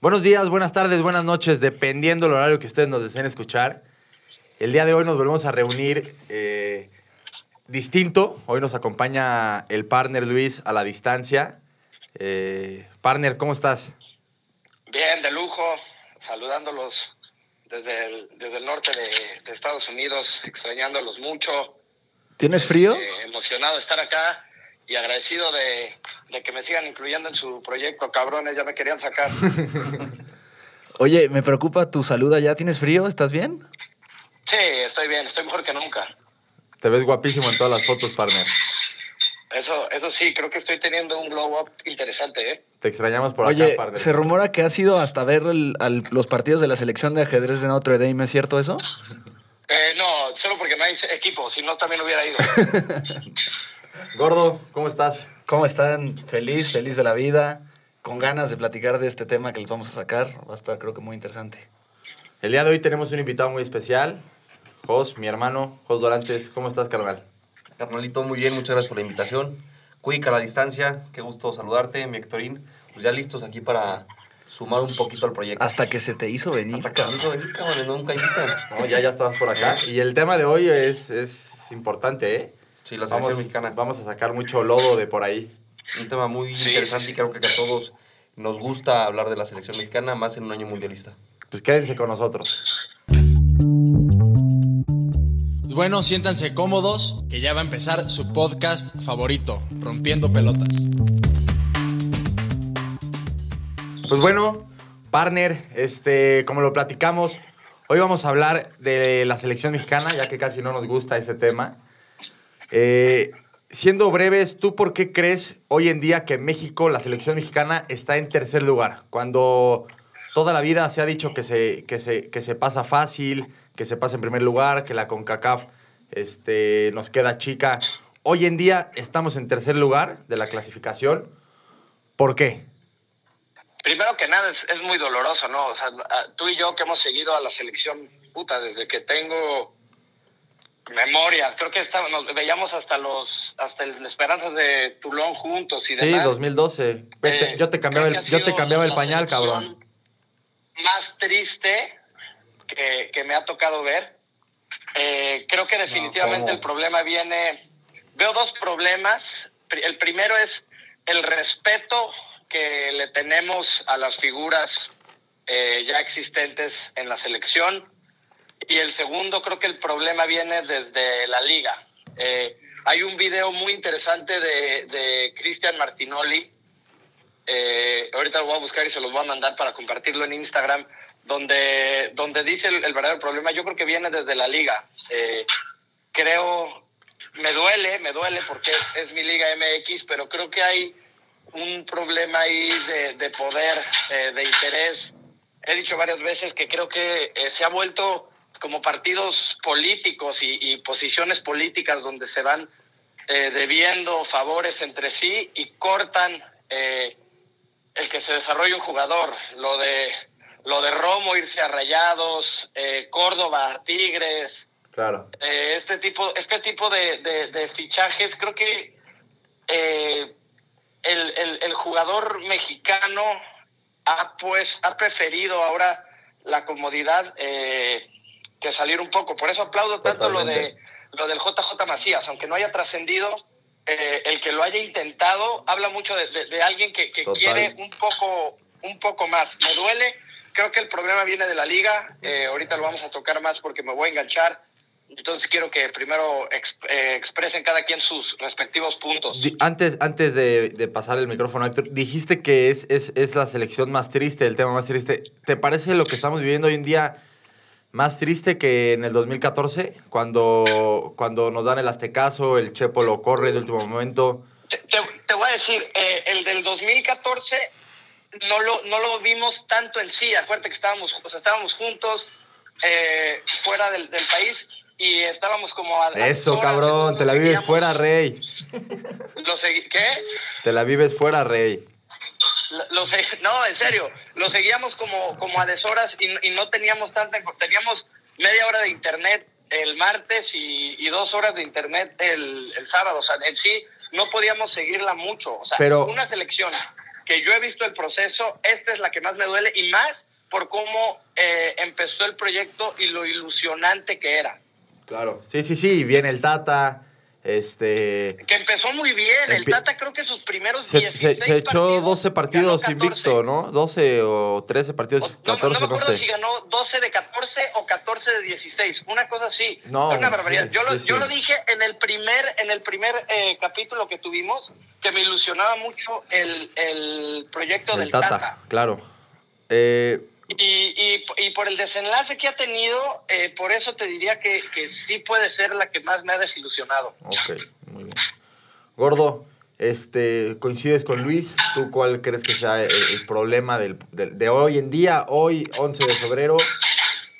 Buenos días, buenas tardes, buenas noches, dependiendo el horario que ustedes nos deseen escuchar. El día de hoy nos volvemos a reunir eh, distinto. Hoy nos acompaña el partner Luis a la distancia. Eh, partner, ¿cómo estás? Bien, de lujo, saludándolos desde el, desde el norte de, de Estados Unidos, extrañándolos mucho, ¿Tienes frío? eh, emocionado de estar acá y agradecido de, de que me sigan incluyendo en su proyecto, cabrones, ya me querían sacar. Oye, me preocupa tu salud allá. ¿Tienes frío? ¿Estás bien? Sí, estoy bien, estoy mejor que nunca. Te ves guapísimo en todas las fotos, partner. Eso, eso sí, creo que estoy teniendo un glow up interesante, ¿eh? Te extrañamos por Oye, acá, partner. se rumora que has ido hasta ver el- al- los partidos de la selección de ajedrez de Notre Dame. ¿Es cierto eso? Eh, no, solo porque no hay equipo, si no también hubiera ido. Gordo, ¿cómo estás? ¿Cómo están? Feliz, feliz de la vida. Con ganas de platicar de este tema que les vamos a sacar. Va a estar, creo que, muy interesante. El día de hoy tenemos un invitado muy especial. Jos, mi hermano, Jos Dorantes. ¿Cómo estás, carnal? Carnalito, muy bien, muchas gracias por la invitación. Cuica a la distancia, qué gusto saludarte, mi Héctorín. Pues ya listos aquí para sumar un poquito al proyecto. Hasta que se te hizo venir. Hasta que me cabrón. hizo venir, cabrón, nunca invitan. No, ya, ya estabas por acá. Eh. Y el tema de hoy es, es importante, ¿eh? Sí, la selección Vamos, mexicana. vamos a sacar mucho lodo de por ahí. Un tema muy Sí, interesante sí, sí. y creo que a todos nos gusta hablar de la selección mexicana, más en un año mundialista. Pues quédense con nosotros. Pues Bueno, siéntanse cómodos, que ya va a empezar su podcast favorito, Rompiendo Pelotas. Pues bueno, partner, este, como lo platicamos, hoy vamos a hablar de la selección mexicana, ya que casi no nos gusta ese tema. Eh, siendo breves, ¿tú por qué crees hoy en día que México, la selección mexicana, está en tercer lugar? Cuando toda la vida se ha dicho que se, que se, que se pasa fácil, que se pasa en primer lugar, que la CONCACAF este, nos queda chica. Hoy en día estamos en tercer lugar de la clasificación. ¿Por qué? Primero que nada, es, es muy doloroso, ¿no? O sea, a- tú y yo que hemos seguido a la selección, puta, desde que tengo memoria, creo que estábamos, nos veíamos hasta los, hasta el Esperanzas de Tulón juntos y Sí, demás. 2012. Vete, Eh, yo te cambiaba creo el, que ha yo te sido cambiaba el la pañal, cabrón. selección Más triste que, que me ha tocado ver. Eh, creo que definitivamente ¿cómo? el problema viene. Veo dos problemas. Pri- El primero es el respeto que le tenemos a las figuras eh, ya existentes en la selección. Y el segundo, creo que el problema viene desde la liga. Eh, hay un video muy interesante de, de Cristian Martinoli. eh, ahorita lo voy a buscar y se los voy a mandar para compartirlo en Instagram. Donde, donde dice el, el verdadero problema, yo creo que viene desde la liga. Eh, creo, me duele, me duele porque es, es mi liga MX, pero creo que hay un problema ahí de, de poder, eh, de interés. He dicho varias veces que creo que eh, se ha vuelto como partidos políticos y, y posiciones políticas donde se van eh, debiendo favores entre sí y cortan eh, el que se desarrolle un jugador. Lo de, lo de Romo irse a Rayados, eh, Córdoba a Tigres, Claro. eh, este tipo, este tipo de, de- de fichajes, creo que eh, el, el- el jugador mexicano ha, pues, ha preferido ahora la comodidad eh, que salir un poco. Por eso aplaudo tanto lo, de, Totalmente. lo del JJ Macías, aunque no haya trascendido. eh, el que lo haya intentado habla mucho de, de- de alguien que, que Total. quiere un poco, un poco más. Me duele. Creo que el problema viene de la liga. eh, ahorita lo vamos a tocar más porque me voy a enganchar. Entonces quiero que primero ex- eh, expresen cada quien sus respectivos puntos. Di- Antes, antes de, de pasar el micrófono, Héctor, dijiste que es, es, es la selección más triste, el tema más triste. ¿Te parece lo que estamos viviendo hoy en día más triste que en el 2014? Cuando, cuando nos dan el Aztecaso, el Chepo lo corre de último momento. Te, te- te voy a decir, eh, el del 2014 no lo, no lo vimos tanto en sí. Acuérdate que estábamos, o sea, estábamos juntos eh, fuera del, del país y estábamos como... a- a dos Eso, horas, cabrón, entonces te la nos vives seguíamos- fuera, rey. lo segui- ¿Qué? Te la vives fuera, rey. Lo- lo se- no, en serio, lo seguíamos como, como a deshoras y, y no teníamos tanta, info- teníamos media hora de internet el martes y, y dos horas de internet el, el sábado, o sea, en sí no podíamos seguirla mucho, o sea, Pero- una selección que yo he visto el proceso, esta es la que más me duele y más por cómo eh, empezó el proyecto y lo ilusionante que era. Claro. Sí, sí, sí. Viene el Tata. Este. Que empezó muy bien, el Empe- Tata creo que sus primeros Se, 16 se- se echó 12 partidos ganó 14. invicto, ¿no? 12 o 13 O- partidos, no, no 14, me no acuerdo si sé. ganó 12 de 14 o 14 de 16, una cosa así. No, Fue una barbaridad. sí, yo, lo, sí, sí. yo lo dije en el primer, en el primer eh, capítulo que tuvimos, que me ilusionaba mucho el, el proyecto El del Tata, Tata. claro. Eh, Y, y- y por el desenlace que ha tenido, eh, por eso te diría que, que sí puede ser la que más me ha desilusionado. ok, muy bien. Gordo, este, ¿coincides con Luis? ¿Tú cuál crees que sea el, el problema del- del- de hoy en día, hoy, 11 de febrero,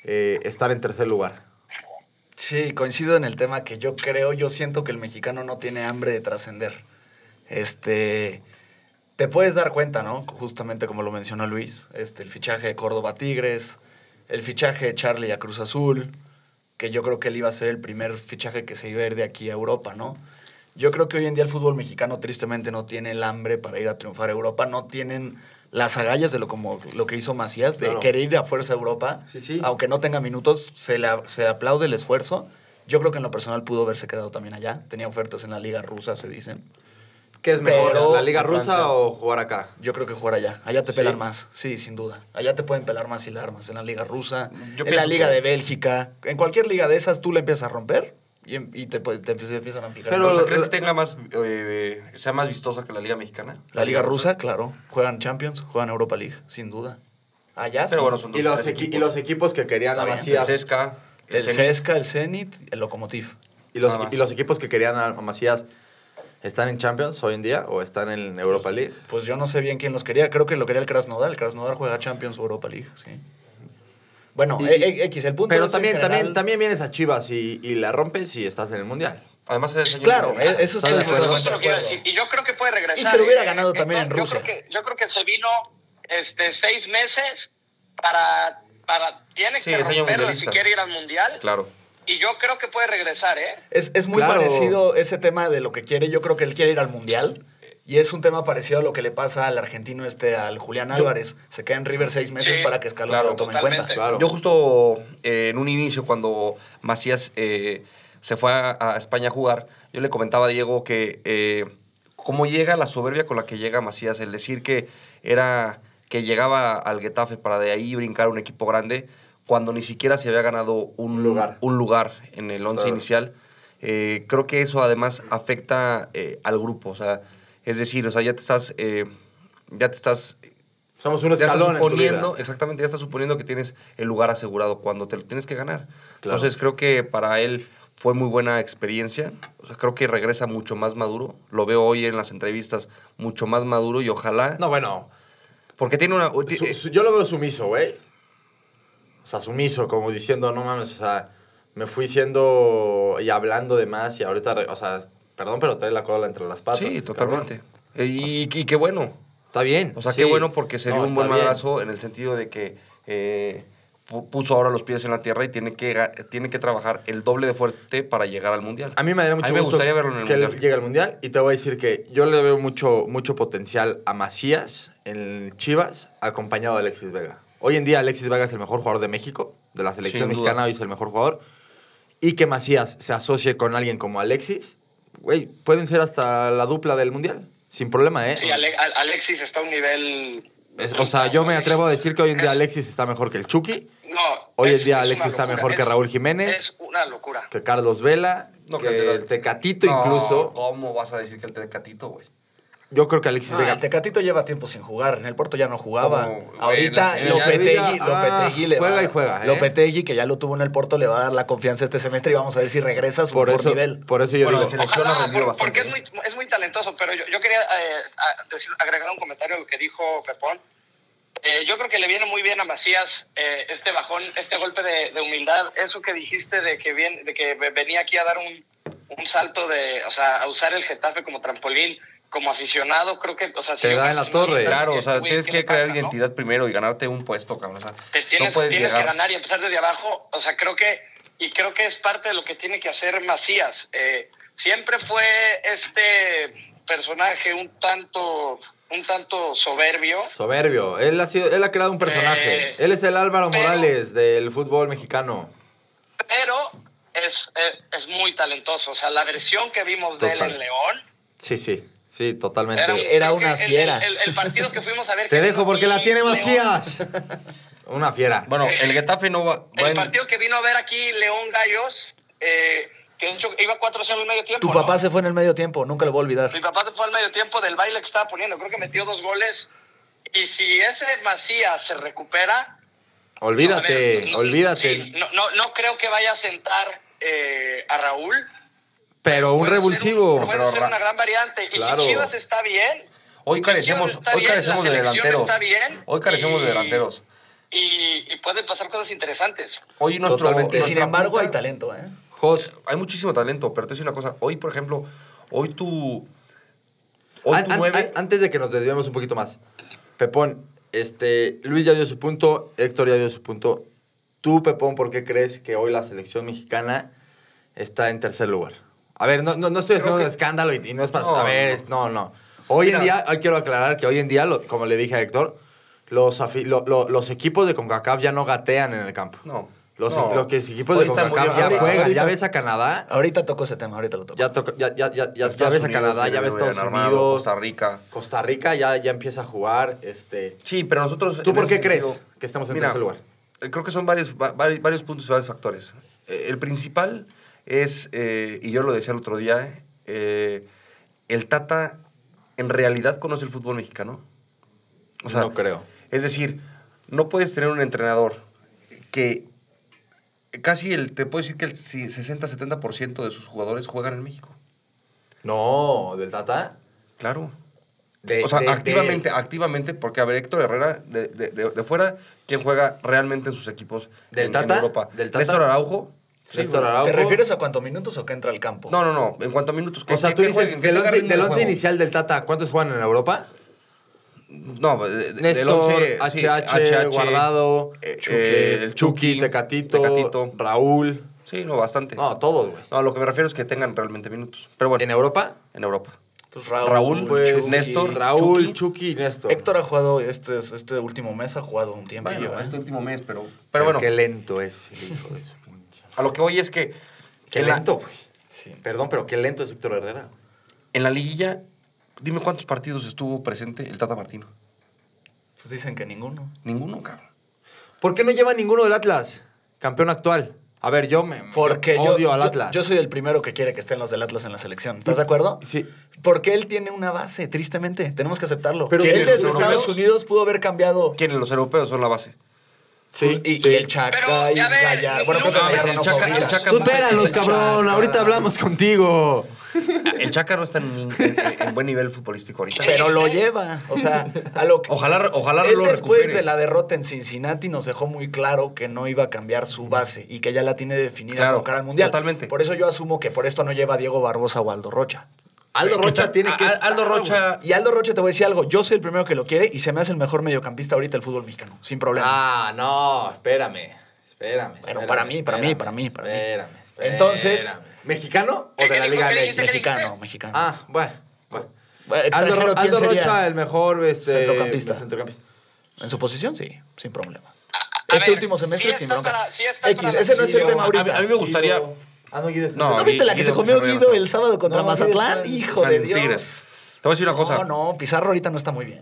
eh, estar en tercer lugar? Sí, coincido en el tema que yo creo, yo siento que el mexicano no tiene hambre de trascender. Este, te puedes dar cuenta, ¿no? Justamente como lo mencionó Luis, este, el fichaje de Córdoba a Tigres, el fichaje de Charlie a Cruz Azul, que yo creo que él iba a ser el primer fichaje que se iba a ir de aquí a Europa, ¿no? Yo creo que hoy en día el fútbol mexicano tristemente no tiene el hambre para ir a triunfar a Europa, no tienen las agallas de lo, como, lo que hizo Macías, de Claro. querer ir a fuerza a Europa, Sí, sí. aunque no tenga minutos, se le, a- se le aplaude el esfuerzo. Yo creo que en lo personal pudo haberse quedado también allá, tenía ofertas en la liga rusa, se dicen. ¿Qué es mejor, Pero- la liga rusa Francia. o jugar acá? Yo creo que jugar allá. Allá te pelan Sí. más, sí, sin duda. Allá te pueden pelar más y la armas. En la liga rusa, Yo en la pienso liga que- de Bélgica, en cualquier liga de esas tú le empiezas a romper y, em- y te, puede- te empie- empiezan a picar. Pero- O sea, ¿Crees que tenga más, eh, sea más vistosa que la Liga Mexicana? la liga rusa, claro. Juegan Champions, juegan Europa League, sin duda. Allá Pero sí. bueno, son dos Y los, tres equi- y los equipos que querían a Está bien. El Macías. Cesca. el Zenit. Cesca, el Zenit, el Lokomotiv. Y los, Nada más. y los equipos que querían a Macías están en Champions hoy en día o están en Europa League. Pues yo no sé bien quién los quería. Creo que lo quería el Krasnodar. El Krasnodar juega Champions o Europa League, sí. Bueno, Y- e- e- X, el punto Pero es, en también, también, general- también vienes a Chivas y, y la rompes y estás en el Mundial. Además, ese año- Claro, e- eso Estoy estoy de Pues acuerdo. justo lo que iba a decir. Y yo creo que puede regresar. Y se lo hubiera eh, ganado también en yo Rusia. Creo que, yo creo que se vino este, seis meses para. para tiene Sí, que es año romperla si mundialista. quiere ir al mundial. Claro. Y yo creo que puede regresar, ¿eh? Es, es muy Claro. parecido ese tema de lo que quiere. Yo creo que él quiere ir al Mundial. Y es un tema parecido a lo que le pasa al argentino este, al Julián Álvarez. Se queda en River seis meses Sí, para que Escalón claro, lo tome en totalmente. cuenta. Claro. Yo justo eh, en un inicio, cuando Macías eh, se fue a, a España a jugar, yo le comentaba a Diego que eh, cómo llega la soberbia con la que llega Macías, el decir que era que llegaba al Getafe para de ahí brincar a un equipo grande, cuando ni siquiera se había ganado un, Un lugar. un lugar en el once Claro. inicial. Eh, creo que eso además afecta eh, al grupo. O sea, es decir, o sea, ya te estás. eh, ya te estás Somos un ya estás escalón en tu suponiendo, vida. exactamente, ya estás suponiendo que tienes el lugar asegurado cuando te lo tienes que ganar. Claro. Entonces creo que para él fue muy buena experiencia. O sea, creo que regresa mucho más maduro. Lo veo hoy en las entrevistas mucho más maduro y ojalá. No, bueno. Porque tiene una. eh, su- su- yo lo veo sumiso, güey. O sea, sumiso, como diciendo, no mames, o sea, me fui siendo y hablando de más y ahorita, re- o sea, perdón, pero trae la cola entre las patas. sí, cabrón. totalmente. Y, y qué bueno. Está bien. O sea, sí. qué bueno porque se No, dio un está buen bien. madrazo en el sentido de que eh, pu- puso ahora los pies en la tierra y tiene que, ga- tiene que trabajar el doble de fuerte para llegar al mundial. A mí me daría mucho A mí me gusto gustaría verlo en el que él Mundial. llegue al mundial y te voy a decir que yo le veo mucho, mucho potencial a Macías en Chivas acompañado de Alexis Vega. Hoy en día Alexis Vega es el mejor jugador de México, de la selección Sin duda. mexicana hoy es el mejor jugador y que Macías se asocie con alguien como Alexis, güey, pueden ser hasta la dupla del mundial sin problema, ¿eh? Sí, Ale- Al- Alexis está a un nivel. Es- o sea, yo me atrevo a decir que hoy en día Es- Alexis está mejor que el Chucky, No, hoy en es- día es Alexis una está locura. mejor que Es- Raúl Jiménez. Es una locura. que Carlos Vela, No, que Cantera. el Tecatito No, incluso. ¿Cómo vas a decir que el Tecatito, güey? Yo creo que Alexis Ah, Vega el Tecatito lleva tiempo sin jugar. En el Porto ya no jugaba. Como, güey, Ahorita en la- en la Lopetegui, Sevilla, Lopetegui ah, le va juega a- y juega, ¿eh? Lopetegui, que ya lo tuvo en el Porto, le va a dar la confianza este semestre y vamos a ver si regresa a su Por mejor eso, nivel. por eso yo Bueno, digo. en selección Ojalá, ha rendido por- porque bastante, es muy, ¿eh? es muy talentoso, pero yo, yo quería eh, a- decir- agregar un comentario a lo que dijo Pepón. Eh, yo creo que le viene muy bien a Macías eh, este bajón, este golpe de, de humildad, eso que dijiste de que, bien, de que ve- venía aquí a dar un, un salto, de, o sea, a usar el Getafe como trampolín, como aficionado, creo que... O sea, Te yo da creo en la que- torre. Claro, o sea, Güey, tienes ¿qué que le crear pasa, no? identidad primero y ganarte un puesto, cabrón. O sea, Te tienes, no puedes tienes llegar. que ganar y empezar desde abajo. O sea, creo que, y creo que es parte de lo que tiene que hacer Macías. Eh, siempre fue este personaje un tanto un tanto soberbio. Soberbio. Él ha, sido, él ha creado un personaje. Eh, él es el Álvaro pero- Morales del fútbol mexicano. pero es, eh, es muy talentoso. O sea, la versión que vimos de Total. él en León Sí, sí, sí, era, totalmente. Era creo que una el- fiera. El, el partido que fuimos a ver. Te que dejo vino porque la aquí tiene León, Macías. Una fiera. Bueno, el Getafe no va. El va en- partido que vino a ver aquí León Gallos, eh, que de hecho iba 4-0 al medio tiempo. Tu papá ¿no? se fue en el medio tiempo, nunca lo voy a olvidar. Eh, Mi papá fue al medio tiempo del baile que estaba poniendo. Creo que metió dos goles. Y si ese Macías se recupera. a Olvídate, ver, no- olvídate. sí, no, no, no creo que vaya a sentar eh, a Raúl. Pero un Puede ser revulsivo. puede Pero ser ra- una gran variante. Y Claro. si Chivas está bien. Hoy si carecemos, Chivas está hoy bien, carecemos la de selección delanteros. está bien, Hoy carecemos de y- delanteros. Y, y pueden pasar cosas interesantes. Hoy nuestro, Totalmente. Y nuestra sin embargo punta- hay talento, ¿eh? Jos, Hay muchísimo talento, pero te voy a decir una cosa. Hoy, por ejemplo, hoy tu. Hoy an- tu an- nueve- an- antes de que nos desviemos un poquito más. Pepón, este, Luis ya dio su punto, Héctor ya dio su punto. Tú, Pepón, ¿por qué crees que hoy la selección mexicana está en tercer lugar? A ver, no, no, no estoy haciendo que- un escándalo y, y no es para... No, a ver, no. es- no, no. Hoy en Mira. día, hoy quiero aclarar que hoy en día, lo- como le dije a Héctor, los, afi- lo- lo- los equipos de CONCACAF ya no gatean en el campo. No. Los, no. los que- equipos Hoy de están muy CONCACAF ya bien. juegan. Ya ahorita- ves a Canadá, Ahorita tocó ese tema, ahorita lo toco. ya, toca- ya, ya, ya, ya, ya Estados ves a Unidos, Canadá, que ya ves viene Estados bien armado, Unidos. Costa Rica. Costa Rica ya, ya empieza a jugar. Este. Sí, pero nosotros. ¿Tú en por qué ese crees sentido- que estamos en Mira, tercer lugar? eh, Creo que son varios, va- vari- varios puntos y varios factores. Eh, el principal es, eh, y yo lo decía el otro día, eh, el Tata en realidad conoce el fútbol mexicano. O sea, no creo. es decir, no puedes tener un entrenador que casi el, te puedo decir que el 60-70% de sus jugadores juegan en México. No, del Tata. Claro. De- o sea, de- de- activamente, ah, activamente, porque a ver, Héctor Herrera, de, de- de- de fuera, ¿quién juega realmente en sus equipos ¿Del en, Tata? en Europa? ¿Del Tata? Néstor Araujo. Néstor güey. Araujo. ¿Te refieres a cuántos minutos o que entra al campo? No, no, no. En cuanto a minutos. O sea, tú dices, del once- del 11 inicial del Tata, ¿cuántos juegan en Europa? No, pues, de- de- del Néstor, once, sí, HH, Guardado, eh, Chucky, eh, el Chucky Chucky, Tecatito, Tecatito. Raúl. Sí, no, bastante. No, todos, güey. No, lo que me refiero es que tengan realmente minutos. Pero bueno, ¿En en, Europa? Europa. Pues Raúl, Pues, Chucky. Néstor, Raúl, Chucky. Chucky y Néstor. Héctor ha jugado este, este último mes, ha jugado un ¿eh? tiempo. Bueno, este último mes, pero. Pero Pero bueno, Qué lento es el hijo de su pinche. a lo que voy es que. Qué en la- lento, güey. Perdón, pero qué lento es Héctor Herrera. en la liguilla, dime cuántos partidos estuvo presente el Tata Martino. Pues dicen que ninguno. Ninguno, cabrón. ¿Por qué no lleva ninguno del Atlas? Campeón actual. A ver, yo me Porque yo yo, odio al yo- Atlas. Yo, soy el primero que quiere que estén los del Atlas en la selección. ¿Estás de acuerdo? Sí. Porque él tiene una base, tristemente. Tenemos que aceptarlo. Pero Pero ¿quién él desde es uno? Estados Unidos pudo haber cambiado. pues, ¿Quiénes? Los europeos son la base. Sí, y, sí. y el Chaca Pero, y a ver, Gallardo. Bueno, creo que no, a ver, Gallardo el no Chaca- juega. el Chaca- Tú pégalos, cabrón. Ahorita hablamos contigo. El Chaca no está en, en- en buen nivel futbolístico ahorita. Pero lo lleva. O sea, a lo que. Ojalá, ojalá Él lo después recupere. de la derrota en Cincinnati nos dejó muy claro que no iba a cambiar su base y que ya la tiene definida Claro, para tocar al Mundial. totalmente. Por eso yo asumo que por esto no lleva a Diego Barbosa o Aldo Rocha. Aldo Que Rocha está- tiene que. a- a- estar, Aldo güey. Rocha. Y Aldo Rocha te voy a decir algo. Yo soy el primero que lo quiere y se me hace el mejor mediocampista ahorita del fútbol mexicano. Sin problema. Ah, no, espérame. Espérame. Bueno, espérame, para mí, para mí, espérame, para mí, para mí. Espérame. espérame. Entonces- ¿Mexicano o de la ¿Qué Liga dijo? ¿Qué dijiste? MX? mexicano, mexicano. Ah, bueno. bueno. Bueno, Aldo, extranjero, Ro- ¿quién Aldo sería? Rocha, el mejor este, Centrocampista. centrocampista. En su posición, sí, sin problema. a este ver, último semestre, sí está sin bronca. para- sí está X, para ese no es el Guido. tema ahorita. A mí me gustaría. Ah, no, Guido. No, ¿No viste la que Guido se comió Pizarro ya no Guido está. el sábado contra No, Guido Mazatlán? está en- Hijo de en Dios. Tigres. Te voy a decir una cosa. No, no, Pizarro ahorita no está muy bien.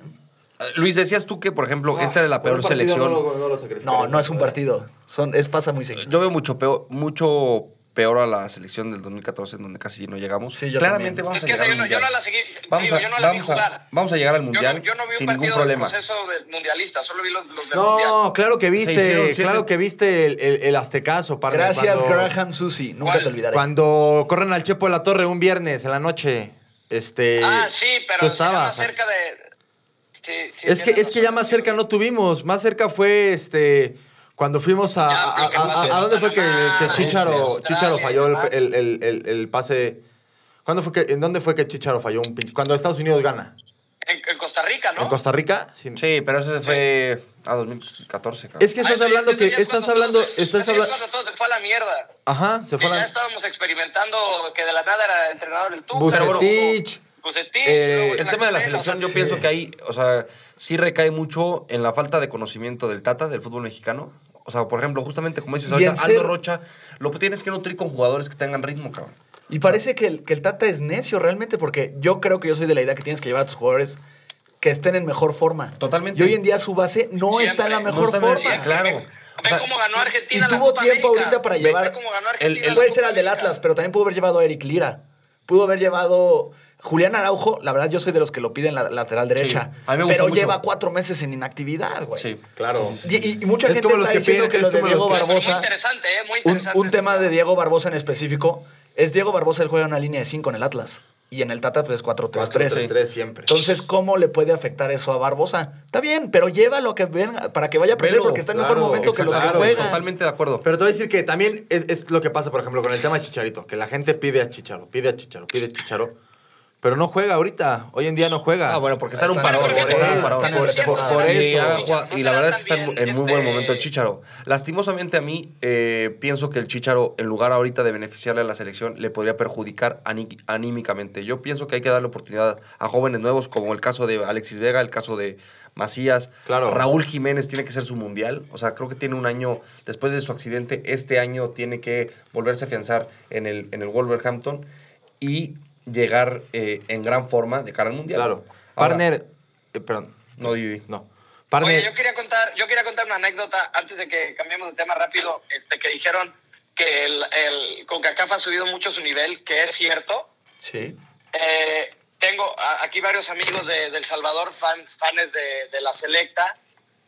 Eh, Luis, decías tú que, por Ah, ejemplo, esta era la Por peor un partido selección. No, lo- no lo sacrificaron. No, no es un partido. Son, es pasa muy seguido. Yo veo mucho peor, mucho peor a la selección del 2014, en donde casi no llegamos. Sí, yo Claramente también. vamos a Es que llegar al yo no- yo mundial. no la seguí, Vamos digo, a- yo no la vi vamos a- jugar. Vamos a llegar al Yo mundial no, yo no vi un sin ningún partido del problema. proceso de- mundialista, solo vi los, los del mundial. No, claro que Se hicieron viste, siete- claro que viste el, el, el Aztecazo, partner, Gracias, cuando- Graham Susi. Nunca ¿Cuál? te olvidaré. Cuando corren al Chepo de la Torre un viernes en la noche, este... Ah, sí, pero tú sí era estabas. más cerca de... sí, sí, es, que, tienes es que ya razón. más cerca no tuvimos, más cerca fue este... Cuando fuimos a... Ya, a, porque a- no a- sé. ¿a dónde fue que, Panamá, que Chicharo, Rusia, Chicharo falló el, Australia, el, el- el- el pase? ¿Cuándo fue que, ¿En dónde fue que Chicharo falló un pin- Cuando Estados Unidos gana. En, en Costa Rica, ¿no? ¿En Costa Rica? Sí, pero eso se fue a 2014. cabrón. Es que estás Ah, sí, hablando sí, que... sí, ya es Estás cuando hablando... todo se- Estás ya es hablando... cuando todo se fue a la mierda. Ajá, se Que fue ya la... estábamos experimentando que de la nada era entrenador el Tuca. Bucetich, Bucetich. Eh, luego El Hernán tema de la Cristante, Pues o sea, selección, yo sí. pienso que ahí, o sea, sí recae mucho en la falta de conocimiento del Tata, del fútbol mexicano. O sea, por ejemplo, justamente como dices Y ahorita, en Aldo ser- Rocha, lo tienes que nutrir con jugadores que tengan ritmo, cabrón. Y parece que el, que el Tata es necio realmente, porque yo creo que yo soy de la idea que tienes que llevar a tus jugadores que estén en mejor forma. Totalmente. Y hoy en día su base no Siempre. está en la No mejor está en el- forma. Siempre. claro. Ve, ve O sea, cómo ganó Argentina y la tuvo Copa tiempo América. ahorita para Ve llevar- cómo ganó el- Argentina el- la Puede Copa ser al del América. Atlas, pero también pudo haber llevado a Eric Lira. Pudo haber llevado Julián Araujo. La verdad, yo soy de los que lo piden la lateral derecha. A mí me gusta pero mucho. lleva cuatro meses en inactividad, güey. Sí. Claro. Y, y- y mucha Es gente como está los que diciendo piden- que es los de como Diego los que- Muy Barbosa. interesante, ¿eh? Muy Un, interesante. un tema de Diego Barbosa en específico es Diego Barbosa el juega en una línea de 5 en el Atlas y en el Tata pues, es 4-3-3. 4-3-3 siempre. Entonces, ¿cómo le puede afectar eso a Barbosa? Está bien, pero lleva lo que ven para que vaya a aprender Velo, porque está en mejor claro, momento que los que exacto, juegan. Totalmente de acuerdo. Pero te voy a decir que también es, es lo que pasa, por ejemplo, con el tema de Chicharito, que la gente pide a Chicharo, pide a Chicharo, pide a Chicharo, pero no juega ahorita, hoy en día no juega. Ah, bueno, porque está en un Están en parón. Porque porque está en un por- parón. están en por- pretemporada. por eso. Y, haga No jugada- se y la la verdad es dan que está en, bien, en muy buen este- momento el Chicharo. Lastimosamente a mí eh, pienso que el Chicharo, en lugar ahorita de beneficiarle a la selección, le podría perjudicar ani- anímicamente. Yo pienso que hay que darle oportunidad a jóvenes nuevos, como el caso de Alexis Vega, el caso de Macías. Claro. Raúl Jiménez tiene que ser su mundial. O sea, creo que tiene un año, después de su accidente, este año tiene que volverse a afianzar en el, en el Wolverhampton y llegar eh, en gran forma de cara al mundial. Claro. Ahora- Partner, eh, perdón, No, Didi. no. Oye, Partner, yo quería contar, yo quería contar una anécdota antes de que cambiemos de tema rápido, este que dijeron que el, el CONCACAF ha subido mucho su nivel, que es cierto. Sí. Eh, tengo a- aquí varios amigos de, de El Salvador, fan, fans de, de la selecta.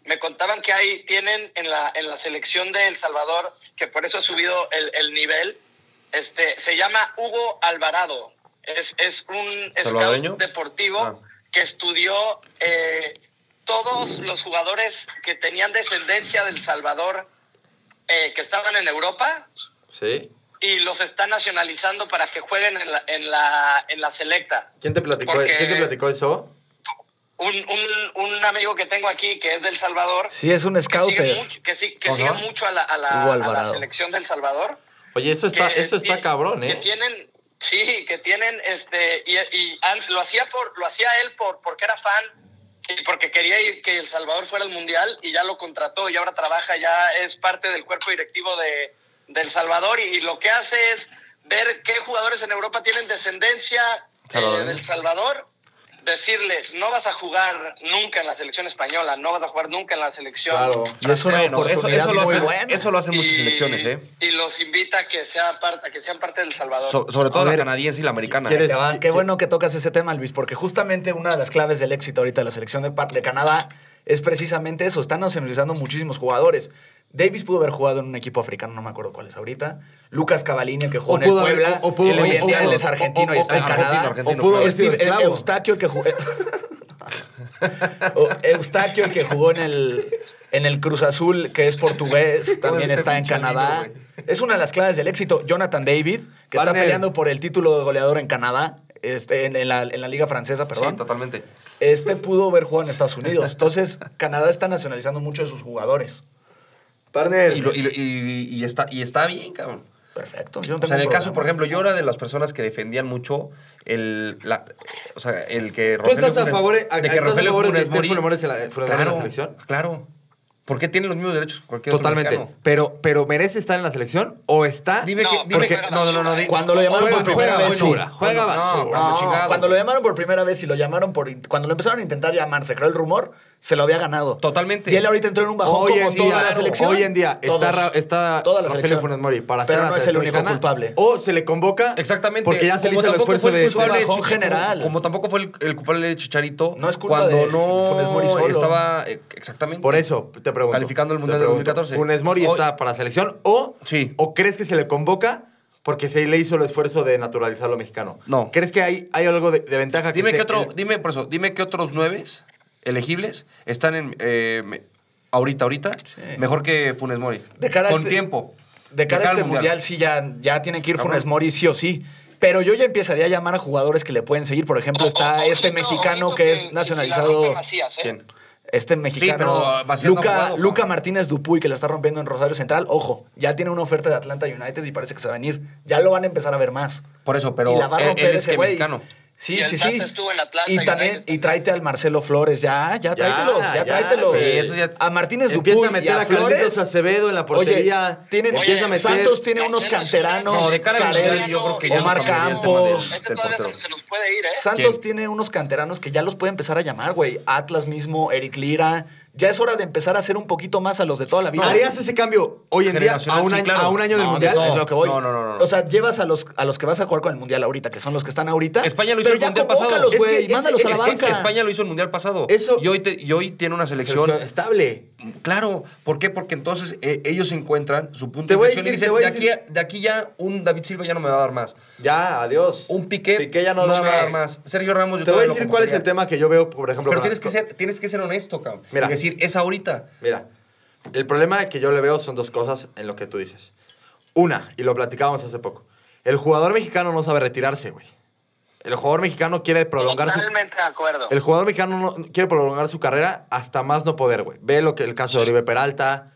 Me contaban que ahí tienen en la, en la selección de El Salvador, que por eso ha subido el, el nivel, este, se llama Hugo Alvarado. Es, es un ¿Salvadoreño? scout deportivo Ah. que estudió eh, todos los jugadores que tenían descendencia del Salvador eh, que estaban en Europa, ¿sí? y los está nacionalizando para que jueguen en la, en la, en la selecta. ¿Quién te platicó, Porque- ¿quién te platicó eso? Un, un, un amigo que tengo aquí que es del Salvador, Sí, es un que sigue scouter. mucho, que sí- que Ajá. sigue mucho a la, a la- Hugo a la Alvarado. selección del Salvador. Oye, eso está, que eso está ti- cabrón, que ¿eh? tienen, sí, que tienen, este, y, y an- lo hacía por, lo hacía él por, porque era fan, sí, porque quería ir- que El Salvador fuera al mundial y ya lo contrató y ahora trabaja, ya es parte del cuerpo directivo de, de El Salvador y, lo que hace es ver qué jugadores en Europa tienen descendencia eh, Salvadoreño. del Salvador. Decirle, no vas a jugar nunca en la selección española, no vas a jugar nunca en la selección Claro. Y es una Bueno, eso, oportunidad eso lo muy hacen, buena. eso lo hacen muchas Y- selecciones, ¿eh? Y los invita a que, sea parte, a que sean parte del Salvador. So- sobre todo A la ver, canadiense y la americana. ¿quieres- Ahí te va. Qué bueno que tocas ese tema, Luis, porque justamente una de las claves del éxito ahorita de la selección de, par- de Canadá es precisamente eso. Están nacionalizando muchísimos jugadores. Davis pudo haber jugado en un equipo africano, no me acuerdo cuál es ahorita. Lucas Cavalini, que jugó en el pudo haber- Puebla. o- o pudo- él hoy en o- día o- él es o- argentino y o- está en o- Canadá. o pudo haber sido Steve- esclavo. Eustaquio, el que jugó... O Eustaquio, el que jugó en el, en el Cruz Azul, que es portugués, también este está en pinche Canadá. amigo, Es una de las claves del éxito. Jonathan David, que está Partner. peleando por el título de goleador en Canadá, este, en, en la, en la Liga Francesa, Sí, perdón. totalmente. este pudo haber jugado en Estados Unidos. Entonces, Canadá está nacionalizando muchos de sus jugadores. Partner, Y, lo- y lo- y- y está, y está bien, cabrón. Perfecto. Yo no O tengo sea, en el un caso, por problema. ejemplo, yo era de las personas que defendían mucho el, la- o sea, el que ¿tú estás a Funes- favor, a- de que estás a Rogelio favor de que Funes esté Mori- Funes Mori en la- Funes Mori en la claro, selección? Claro. ¿Por qué tienen los mismos derechos que cualquier otro totalmente. mexicano? Pero, pero ¿merece estar en la selección o está? Dime No, que, dime porque- que- no, no, no, no, di- Cuando lo llamaron Juega- por primera juega vez. basura, sí. juega No, basura. cuando No, chingado. cuando lo llamaron por primera vez y lo llamaron por. Cuando lo empezaron a intentar llamar, se creó el rumor, se lo había ganado. Totalmente. Y él ahorita entró en un bajón Hoy como en toda día, la selección. hoy en día está, Todos. Ra- está Toda la Rogelio selección. Funes Mori para Pero estar en no la es el selección único mexicana, culpable. O se le convoca Exactamente. porque ya se le Como hizo el tampoco esfuerzo fue de culpable Bajón Chicharo, general. Como, tampoco fue el, el culpable de Chicharito. No es culpa cuando de no Funes Mori solo. estaba eh, exactamente. Por eso te pregunto. Calificando el te Mundial de pregunto, 2014. ¿Funes Mori Hoy- está para selección o, Sí. o crees que se le convoca porque se le hizo el esfuerzo de naturalizarlo mexicano? No. ¿Crees que hay, hay algo de, de ventaja? Dime que que esté otro, Este, el- dime por eso, dime que otros nueve elegibles están en eh, me- ahorita, ahorita, mejor que Funes Mori. De cara a Con este- tiempo. De cara a este al mundial, sí, ya, ya tiene que ir Cabrón. Funes Mori, sí o sí. Pero yo ya empezaría a llamar a jugadores que le pueden seguir. Por ejemplo, está O- este ojito, mexicano ojito que si es la nacionalizado. rompe Macías, ¿eh? ¿Quién? Este pero, mexicano. ah, Macías no ha Luca, jugado, pa. Luca Martínez Dupuy, que la está rompiendo en Rosario Central. Ojo, ya tiene una oferta de Atlanta United y parece que se va a venir. Ya lo van a empezar a ver más. Por eso, pero y la va a él, romper él es ese que güey. mexicano. Sí, Y el sí, Tata sí. estuvo en Atlanta y United también, y también. tráete al Marcelo Flores, ya, ya, tráetelos, ya, ya, tráetelos. sí, eso ya- A Martínez Dupuy Empieza a y meter a, a Carlitos Flores. Acevedo en la portería. Oye, tienen, empieza a meter. Pues Santos tiene unos Marcelo es un canteranos. gran- No, de cara al Carel, Mundial yo creo que ya Omar no cambiaría el tema de- Campos. Ese del todavía portero. se, se nos puede ir, ¿eh? Santos ¿Quién? tiene unos canteranos que ya los puede empezar a llamar, güey. Atlas mismo, Eric Lira. Ya es hora de empezar a hacer un poquito más a los de toda la vida. ¿Harías ese cambio hoy en día a Generacional, un sí, año, claro. a un año del No, Mundial? no. Es lo que voy. No, no, no, no. O sea, llevas a los, a los que vas a jugar con el Mundial ahorita, que son los que están ahorita. España lo hizo pero el ya Mundial convócalos, pasado. Es güey. que- Mándalos a la es que- es que banca. España lo hizo el mundial pasado. Eso- Y hoy, te- y hoy tiene una selección. Selección Estable. Claro, ¿por qué? Porque entonces eh, ellos encuentran su punto Te de voy a inflexión y decir, dicen, te voy a de, decir- aquí, de aquí ya un David Silva ya no me va a dar más. Ya, adiós. Un Piqué, Piqué ya no da me va a dar más. más. Sergio Ramos, yo Te voy a todavía lo decir cuál es el convocaría. tema que yo veo, por ejemplo. Pero con- tienes que, ser, tienes que ser honesto, cabrón. Mira. Y decir, es ahorita. Mira, el problema que yo le veo son dos cosas en lo que tú dices. Una, y lo platicábamos hace poco, el jugador mexicano no sabe retirarse, güey. El jugador mexicano quiere prolongar su... Totalmente de acuerdo. El jugador mexicano no- quiere prolongar su carrera hasta más no poder, güey. Ve lo que el caso de Oribe Peralta,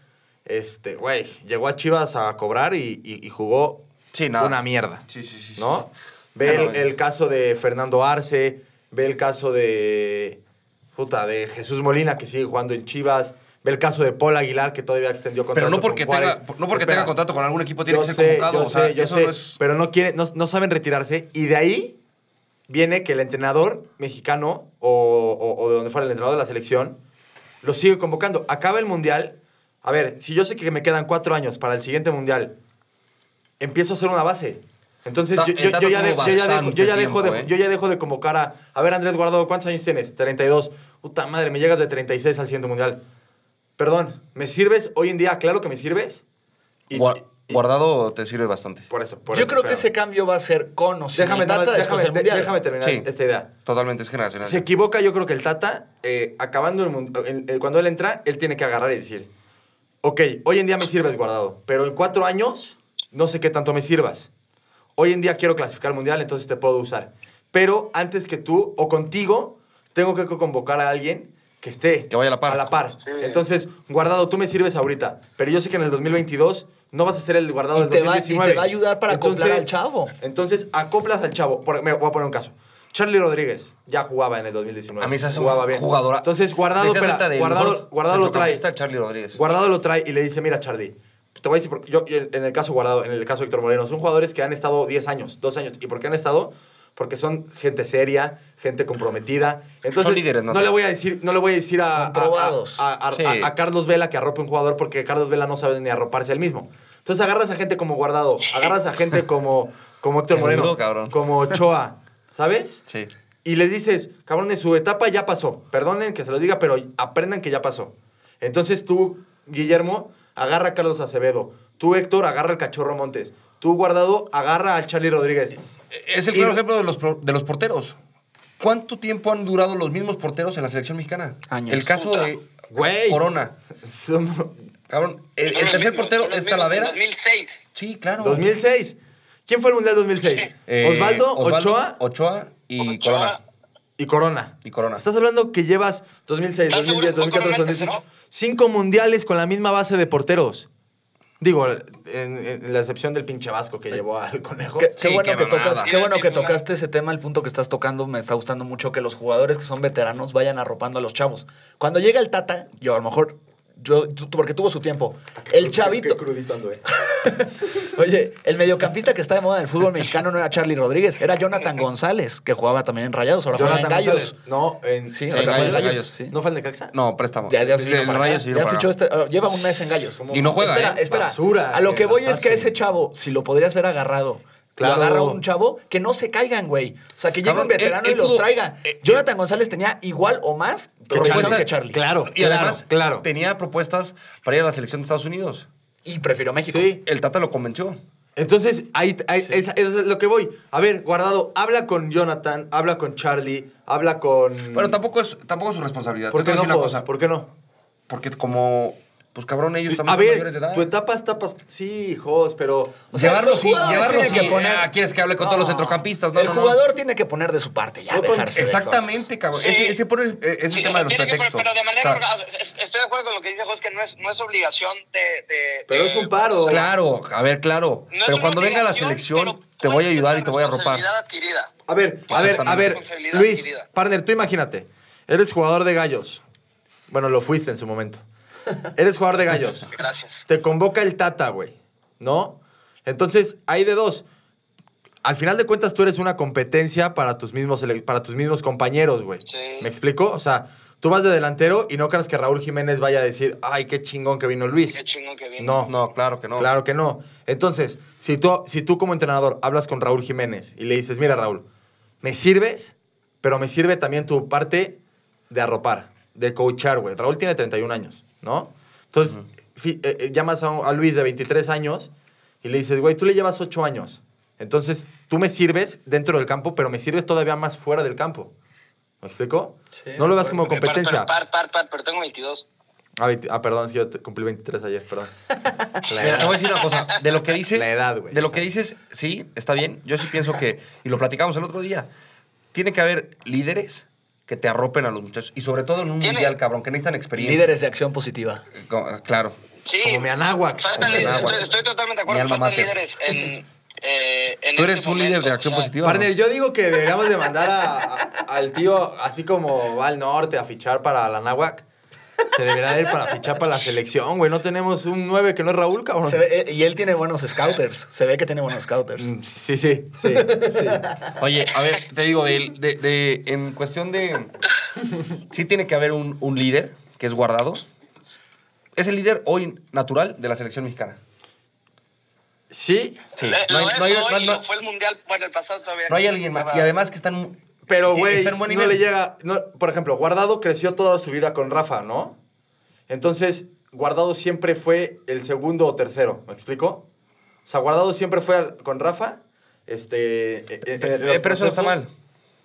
este, güey, llegó a Chivas a cobrar y, y- y jugó Sí, nada. una mierda. Sí, sí, sí, Ah, sí. ¿No? Ve Claro, el, güey. el caso de Fernando Arce, ve el caso de. Puta, de Jesús Molina, que sigue jugando en Chivas. Ve el caso de Paul Aguilar, que todavía extendió contrato. Pero no con porque, Juárez. tenga, no porque Espera. tenga contrato con algún equipo tiene Yo que ser sé, convocado. yo o sea, sé, yo eso sé, no es... Pero no, quiere, no, no saben retirarse. Y de ahí viene que el entrenador mexicano o, o- o de donde fuera el entrenador de la selección lo sigue convocando. Acaba el mundial. A ver, si yo sé que me quedan cuatro años para el siguiente mundial, empiezo a hacer una base. Entonces Ta- yo, yo- el Tata yo ya de- tuvo yo ya dejo, yo ya bastante dejo de, tiempo, ¿eh? yo ya dejo de convocar a... A ver, Andrés Guardado, ¿cuántos años tienes? 32. Puta madre, me llegas de 36 al siguiente mundial. Perdón, ¿me sirves hoy en día? Claro que me sirves. Y- Gua- y- Guardado te sirve bastante. por eso, por Yo eso, creo que pero- ese cambio va a ser con o sin Déjame, el Tata déjame- después del déjame- Mundial. déjame terminar Sí. esta idea. Totalmente, es generacional. Se equivoca, yo creo que el Tata, eh, acabando el mundo, cuando él entra, él tiene que agarrar y decir, ok, hoy en día me sirves guardado, pero en cuatro años no sé qué tanto me sirvas. Hoy en día quiero clasificar al Mundial, entonces te puedo usar. Pero antes que tú o contigo, tengo que convocar a alguien que esté Que vaya a la par. A la par. Sí. Entonces, guardado, tú me sirves ahorita, pero yo sé que en el 2022 no vas a ser el guardado Y del te va- y te 2019. va a ayudar para acoplar Entonces- al chavo. entonces, acoplas al chavo. Por- me voy a poner un caso. Charlie Rodríguez ya jugaba en el 2019. A mí se hace jugaba un bien. jugadora. Entonces, guardado, Decías espera, ahorita del guardado, mejor guardado lo trae. centrocampista, Charly Rodríguez. Guardado lo trae y le dice, mira, Charlie, te voy a decir, por- yo yo en el caso guardado, en el caso de Héctor Moreno, son jugadores que han estado 10 años, 2 años. ¿Y por qué han estado? Porque son gente seria, gente comprometida. Entonces, Son líderes, ¿no? ¿no? le voy a decir, no le voy a decir a, a- a- Comprobados. a- a- Sí. a- a Carlos Vela que arrope un jugador porque Carlos Vela no sabe ni arroparse él mismo. Entonces agarras a gente como Guardado, agarras a gente como, como Héctor Qué Moreno, duro, cabrón. como Ochoa, ¿sabes? Sí. Y les dices, cabrones, su etapa ya pasó. Perdonen que se lo diga, pero aprendan que ya pasó. Entonces tú, Guillermo, agarra a Carlos Acevedo. Tú, Héctor, agarra al Cachorro Montes. Tú, Guardado, agarra al Charlie Rodríguez. Es el Y- claro ejemplo de los, pro- de los porteros. ¿Cuánto tiempo han durado los mismos porteros en la selección mexicana? Años. El caso de Güey. Corona. Somos- Cabrón, el, Son el los tercer mismos, portero son los mismos es del Talavera. 2006. Sí, claro. 2006. ¿Quién fue al Mundial 2006? Eh, Osvaldo, Ochoa Ochoa y Ochoa. Corona. y Corona. Y Corona. Estás hablando que llevas 2006, ¿Estás 2010, seguro que fue 2014, Corona 2018. que entró? Cinco mundiales con la misma base de porteros. Digo, en, en la excepción del pinche vasco que llevó al conejo. Qué, qué Sí, bueno, qué que mamada. tocas, qué bueno que Sí, mamada. tocaste ese tema, el punto que estás tocando. Me está gustando mucho que los jugadores que son veteranos vayan arropando a los chavos. Cuando llega el Tata, yo a lo mejor, yo, tú- porque tuvo su tiempo, el Qué chavito, crudito ando, eh. oye, el mediocampista que está de moda en el fútbol mexicano no era Charlie Rodríguez, era Jonathan González, que jugaba también en Rayados, ahora juega en Jonathan Gallos. González. No, en, Sí, en ahora Gallos, Gallos. en Gallos, sí. ¿No fue el Necaxa? No, préstamo. Ya, ya se vino El para acá. Rayos se vino Ya para fichó acá. este- lleva un mes en Gallos. ¿Cómo? Y no juega. espera, ¿eh? espera. Basura, a lo que eh, voy la es que a fase. ese chavo, si lo podrías ver agarrado, Claro. lo agarra un chavo que no se caigan, güey. O sea, que llegue Cabrón, un veterano él- él y los pudo- traiga. eh, Jonathan González tenía igual o más que Propuesta- Charlie. que Charlie. Claro, Y además claro. tenía propuestas para ir a la selección de Estados Unidos. Y prefiero México. Sí. El Tata lo convenció. Entonces, ahí, ahí- esa- eso es lo que voy. A ver, guardado, habla con Jonathan, habla con Charlie, habla con. Pero tampoco es, tampoco es su responsabilidad. ¿Por Te qué voy a no? decir una Jos? cosa. ¿Por qué no? Porque como Pues cabrón, ellos A también son ver, mayores de edad. tu etapa está pas- Sí, hijos, pero. O sea, llevarlos los sí, jugadores llevarlos tienen sí. que poner- Ah, quieres que hable con todos los centrocampistas, no, el no, no. jugador tiene que poner de su parte ya. No, con- dejarse de Exactamente, cabrón. Sí. Ese, ese por- eh, es el Sí, tema o de sea, tiene que los poner- pretextos. pero de manera O sea, orga- es- estoy de acuerdo con lo que dice José, que no es, no es obligación de, de- Pero de- es un paro. Claro, a ver, claro. No es pero una cuando venga la obligación, selección, pero te voy a es ayudar una y te voy a arropar. responsabilidad adquirida. A ver, a ver, a ver. Responsabilidad Luis, adquirida. partner, tú imagínate. Eres jugador de gallos. Bueno, lo fuiste en su momento. Eres jugador de gallos. Gracias. Te convoca el Tata, güey. ¿No? Entonces, hay de dos. Al final de cuentas, tú eres una competencia para tus mismos, sele- para tus mismos compañeros, güey. Sí. ¿Me explico? O sea, tú vas de delantero y no creas que Raúl Jiménez vaya a decir, ay, qué chingón que vino Luis. Qué chingón que vino. No, No, claro que no. Claro que no. Entonces, si tú, si tú como entrenador hablas con Raúl Jiménez y le dices, mira Raúl, me sirves, pero me sirve también tu parte de arropar, de coachar, güey. Raúl tiene 31 años, ¿no? Entonces, fi- eh, eh, llamas a, un- a Luis de 23 años y le dices, güey, tú le llevas 8 años. Entonces, tú me sirves dentro del campo, pero me sirves todavía más fuera del campo. ¿Me explico? Sí, no lo veas de como Porque par- competencia. Par, par, par, par, pero tengo 22. Ah, 20 ah, perdón, es que yo te- cumplí 23 ayer, perdón. La Mira, edad. te voy a decir una cosa. De lo que dices. La edad, güey. De lo que dices, sí, está bien. Yo sí pienso que. Y lo platicamos el otro día. Tiene que haber líderes que te arropen a los muchachos. Y sobre todo en un Tiene- mundial, cabrón, que necesitan Los experiencia. líderes de acción positiva. Co- Claro. Sí. Como mi Anáhuac. Faltan Como mi líderes, Anáhuac. estoy, estoy totalmente de Mi acuerdo. alma Faltan mater. líderes en, eh, en Tú este eres un momento, líder de o acción sea, positiva. ¿no? Partner, yo digo que deberíamos de mandar a- a- al tío, así como va al norte a fichar para la Náhuac, se deberá de ir para fichar para la selección, güey. No tenemos un 9 que no es Raúl, cabrón. Se ve- eh, y él tiene buenos scouters. Se ve que tiene buenos scouters. Mm, Sí, sí, sí. sí. Oye, a ver, te digo, de, de- de- en cuestión de. Sí tiene que haber un, un líder que es guardado. Es el líder hoy natural de la selección mexicana. Sí, Sí. Eh, No hay, lo es no hay- hoy, no- lo fue el mundial, bueno, el pasado todavía. no hay alguien más. Y además que están. pero ti- güey, está en buen no nivel. le llega... no, por ejemplo, Guardado creció toda su vida con Rafa, ¿no? Entonces, Guardado siempre fue el segundo o tercero, ¿me explico? O sea, Guardado siempre fue al- con Rafa, este... eh, eh, en Eh, los pero eso no está procesos. mal.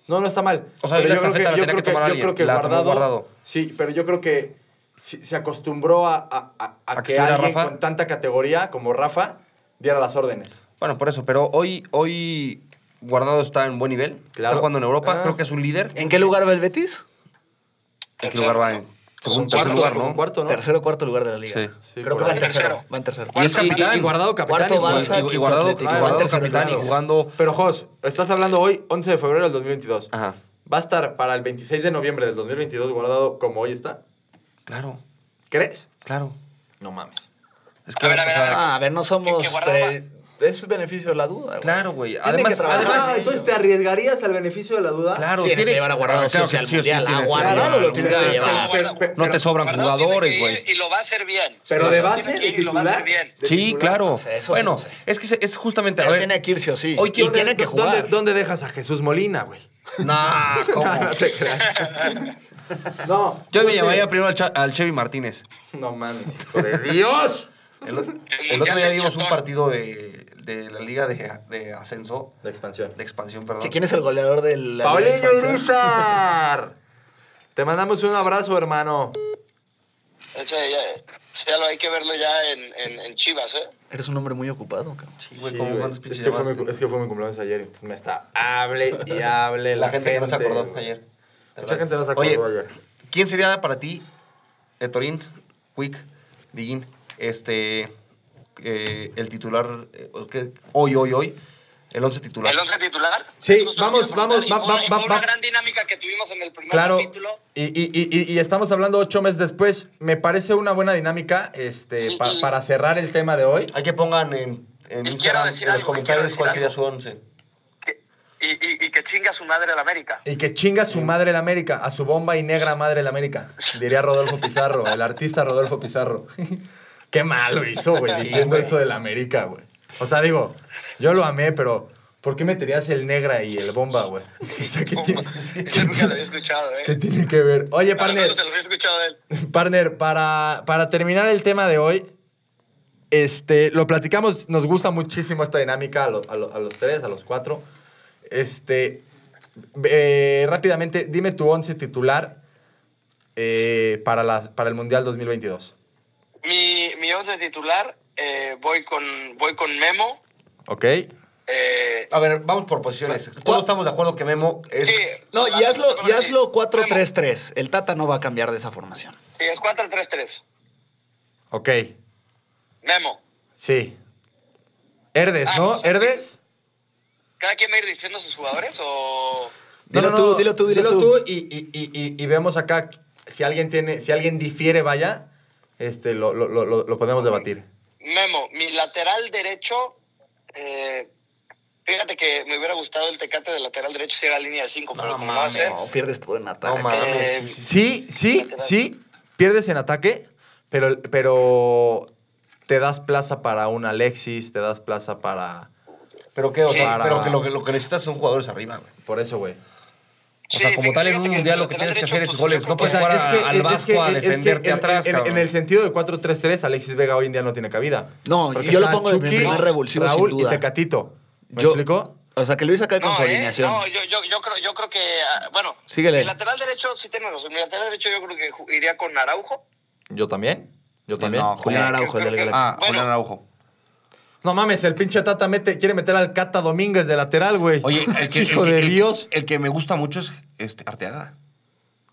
No, no está mal. O sea, Pero la estafeta la tenía que tomar yo alguien, creo que la tomó guardado, Guardado. Sí, pero yo creo que sí- se acostumbró a, a- a- a ¿A que que estuviera alguien Rafa? con tanta categoría como Rafa diera las órdenes. Bueno, por eso, pero hoy, hoy Guardado está en buen nivel. Claro. Está jugando en Europa, Ah. creo que es un líder. ¿En qué lugar va el Betis? ¿En qué lugar va? En segundo, tercer Cuarto, lugar, como ¿no? Cuarto, ¿no? Tercero o cuarto lugar de la liga. Sí. Sí, Creo por que va ahí. en tercero. Tercero. Va en tercero. Y es Y- y- capitán. Y, guardado capitán. Cuarto y jugando- Barça, Y- y quinto guardado, Atlético, y guardado tercero capitán y Rayados. jugando. Pero, Jos, estás hablando hoy, 11 de febrero del 2022. Ajá. ¿Va a estar para el 26 de noviembre del 2022 guardado como hoy está? Claro, ¿Crees? claro. No mames. Es que, A ver, a o ver, sea, a Ah, a ver, no somos. Que- que guardado va- eh, es beneficio de la duda. güey. Claro, güey. Tiene que Además, trabajar. además, Ah, entonces te arriesgarías al beneficio de la duda. claro, Sí, tienes que llevar a Guardado Ah, sí o claro sí que al sí o sí mundial. tiene A que Guardado llevar lo al tienes que mundial. llevar. Pero- pero- pero- No te sobran Guardado tiene jugadores, que güey. ir Y lo va a hacer bien. Pero Sí, de Guardado base, tiene de que ir y lo va a hacer titular. bien. de Sí, titular. claro. O sea, eso sí, bueno, no sé. es que se- es justamente. A Pero ver, tiene que ir sí o sí. Hoy y quiero- tiene que ¿dó- ¿dónde, jugar. ¿Dónde dejas a Jesús Molina, güey? No, ¿cómo? No, no te creas. No. Yo me sé. llevaría primero al, Cha- al Chevy Martínez. No mames, hijo de Dios. El, el Mundial otro día del vimos un Chotón. partido de, de la Liga de, de Ascenso, De expansión. de expansión, perdón. ¿Que ¿Quién es el goleador del. Paulinho del- Irizar. Te mandamos un abrazo, hermano. Eso ya, ya lo hay que verlo ya en, en, en Chivas, ¿eh? Eres un hombre muy ocupado, cabrón. Sí, güey, Sí, ¿cómo güey. cuántos pinches es, que fue llevaste? mi, es que fue mi cumpleaños ayer, entonces me está hable y hable la, La gente que no se acordó güey. ayer. Mucha gente no se acordó Oye, ayer. ¿Quién sería para ti, eh, Torín, Quick, Digin, este, eh, el titular, eh, o qué- hoy, hoy, hoy, el once titular? El 11 titular. Sí, Eso es lo vamos, que quiero vamos, preguntar. va- Y va- fue va- Una va- gran dinámica que tuvimos en el primer Claro. capítulo. Y, y- y- y- y estamos hablando ocho meses después. Me parece una buena dinámica este, Sí, pa- y- para cerrar el tema de hoy. Hay que pongan en, en Y quiero Instagram, decir en los algo, comentarios, quiero cuál decir sería algo. su once. Que- Y, y, y que chinga a su madre la América. Y que chinga a su madre la América, a su bomba y negra madre la América. Diría Rodolfo Pizarro, el artista Rodolfo Pizarro. Qué malo hizo, güey, diciendo eso de la América, güey. O sea, digo, yo lo amé, pero ¿por qué meterías el negra y el bomba, güey? O sea, ¿qué, tiene, Yo nunca lo había escuchado, ¿eh? qué tiene que ver? Oye, Al menos partner, se lo había escuchado de él. partner, para, para terminar el tema de hoy, este, lo platicamos, nos gusta muchísimo esta dinámica a, lo- a lo- a los tres, a los cuatro. Este, eh, rápidamente, dime tu once titular eh, para, la- para el Mundial 2022. Mi, mi once titular, eh, voy, con, voy con Memo. Ok. eh, A ver, vamos por posiciones. Todos estamos de acuerdo que Memo es. Sí. No, y hazlo, y hazlo Memo. 4-3-3. El Tata no va a cambiar de esa formación. sí, es 4-3-3. Ok. Memo. Sí. Herdes, Ah, ¿no? pues, Herdes. ¿Cada quien va a ir diciendo sus jugadores o...? Dilo tú, dilo tú, dilo tú. y, y- y- y- y vemos acá si alguien tiene, si alguien difiere, vaya, este, lo, lo- lo- lo- lo podemos debatir. Memo, mi lateral derecho, eh, fíjate que me hubiera gustado el Tecate de lateral derecho si era línea de 5, pero No como no va a ser, No, pierdes todo en ataque. No mames. Eh, sí, sí, Sí, sí. sí, sí. Pierdes en ataque, pero, pero te das plaza para un Alexis, te das plaza para. Pero que, o Sí. sea, Para- pero que lo, que lo que necesitas son jugadores arriba, güey. Por eso, güey. O Sí, sea, como tal, en fíjate un que mundial el lo que lateral tienes derecho, que hacer es pues, goles. yo creo No que- puedes O sea, jugar a- es que- al es que- Vasco a es que defenderte en- atrás, en, en- cabrón. en el sentido de 4-3-3, Alexis Vega hoy en día no tiene cabida. No, Porque yo lo está pongo de mi primer revulsivo, sin Raúl duda. y Tecatito. ¿Me Yo- explico? O sea, que Luis acá con No, su eh, alineación. no, yo, yo, yo, creo, yo creo que, ah, bueno, Síguele. mi lateral derecho, sí tienes razón, mi lateral derecho yo creo que ju- iría con Araujo. Yo también. Yo también. No, Julián Araujo, el del Galaxy. Ah, Bueno. Julián Araujo. No mames, el pinche Tata mete, quiere meter al Cata Domínguez de lateral, güey. Oye, el que, Hijo el que- de el- Dios. El que me gusta mucho es este, Arteaga.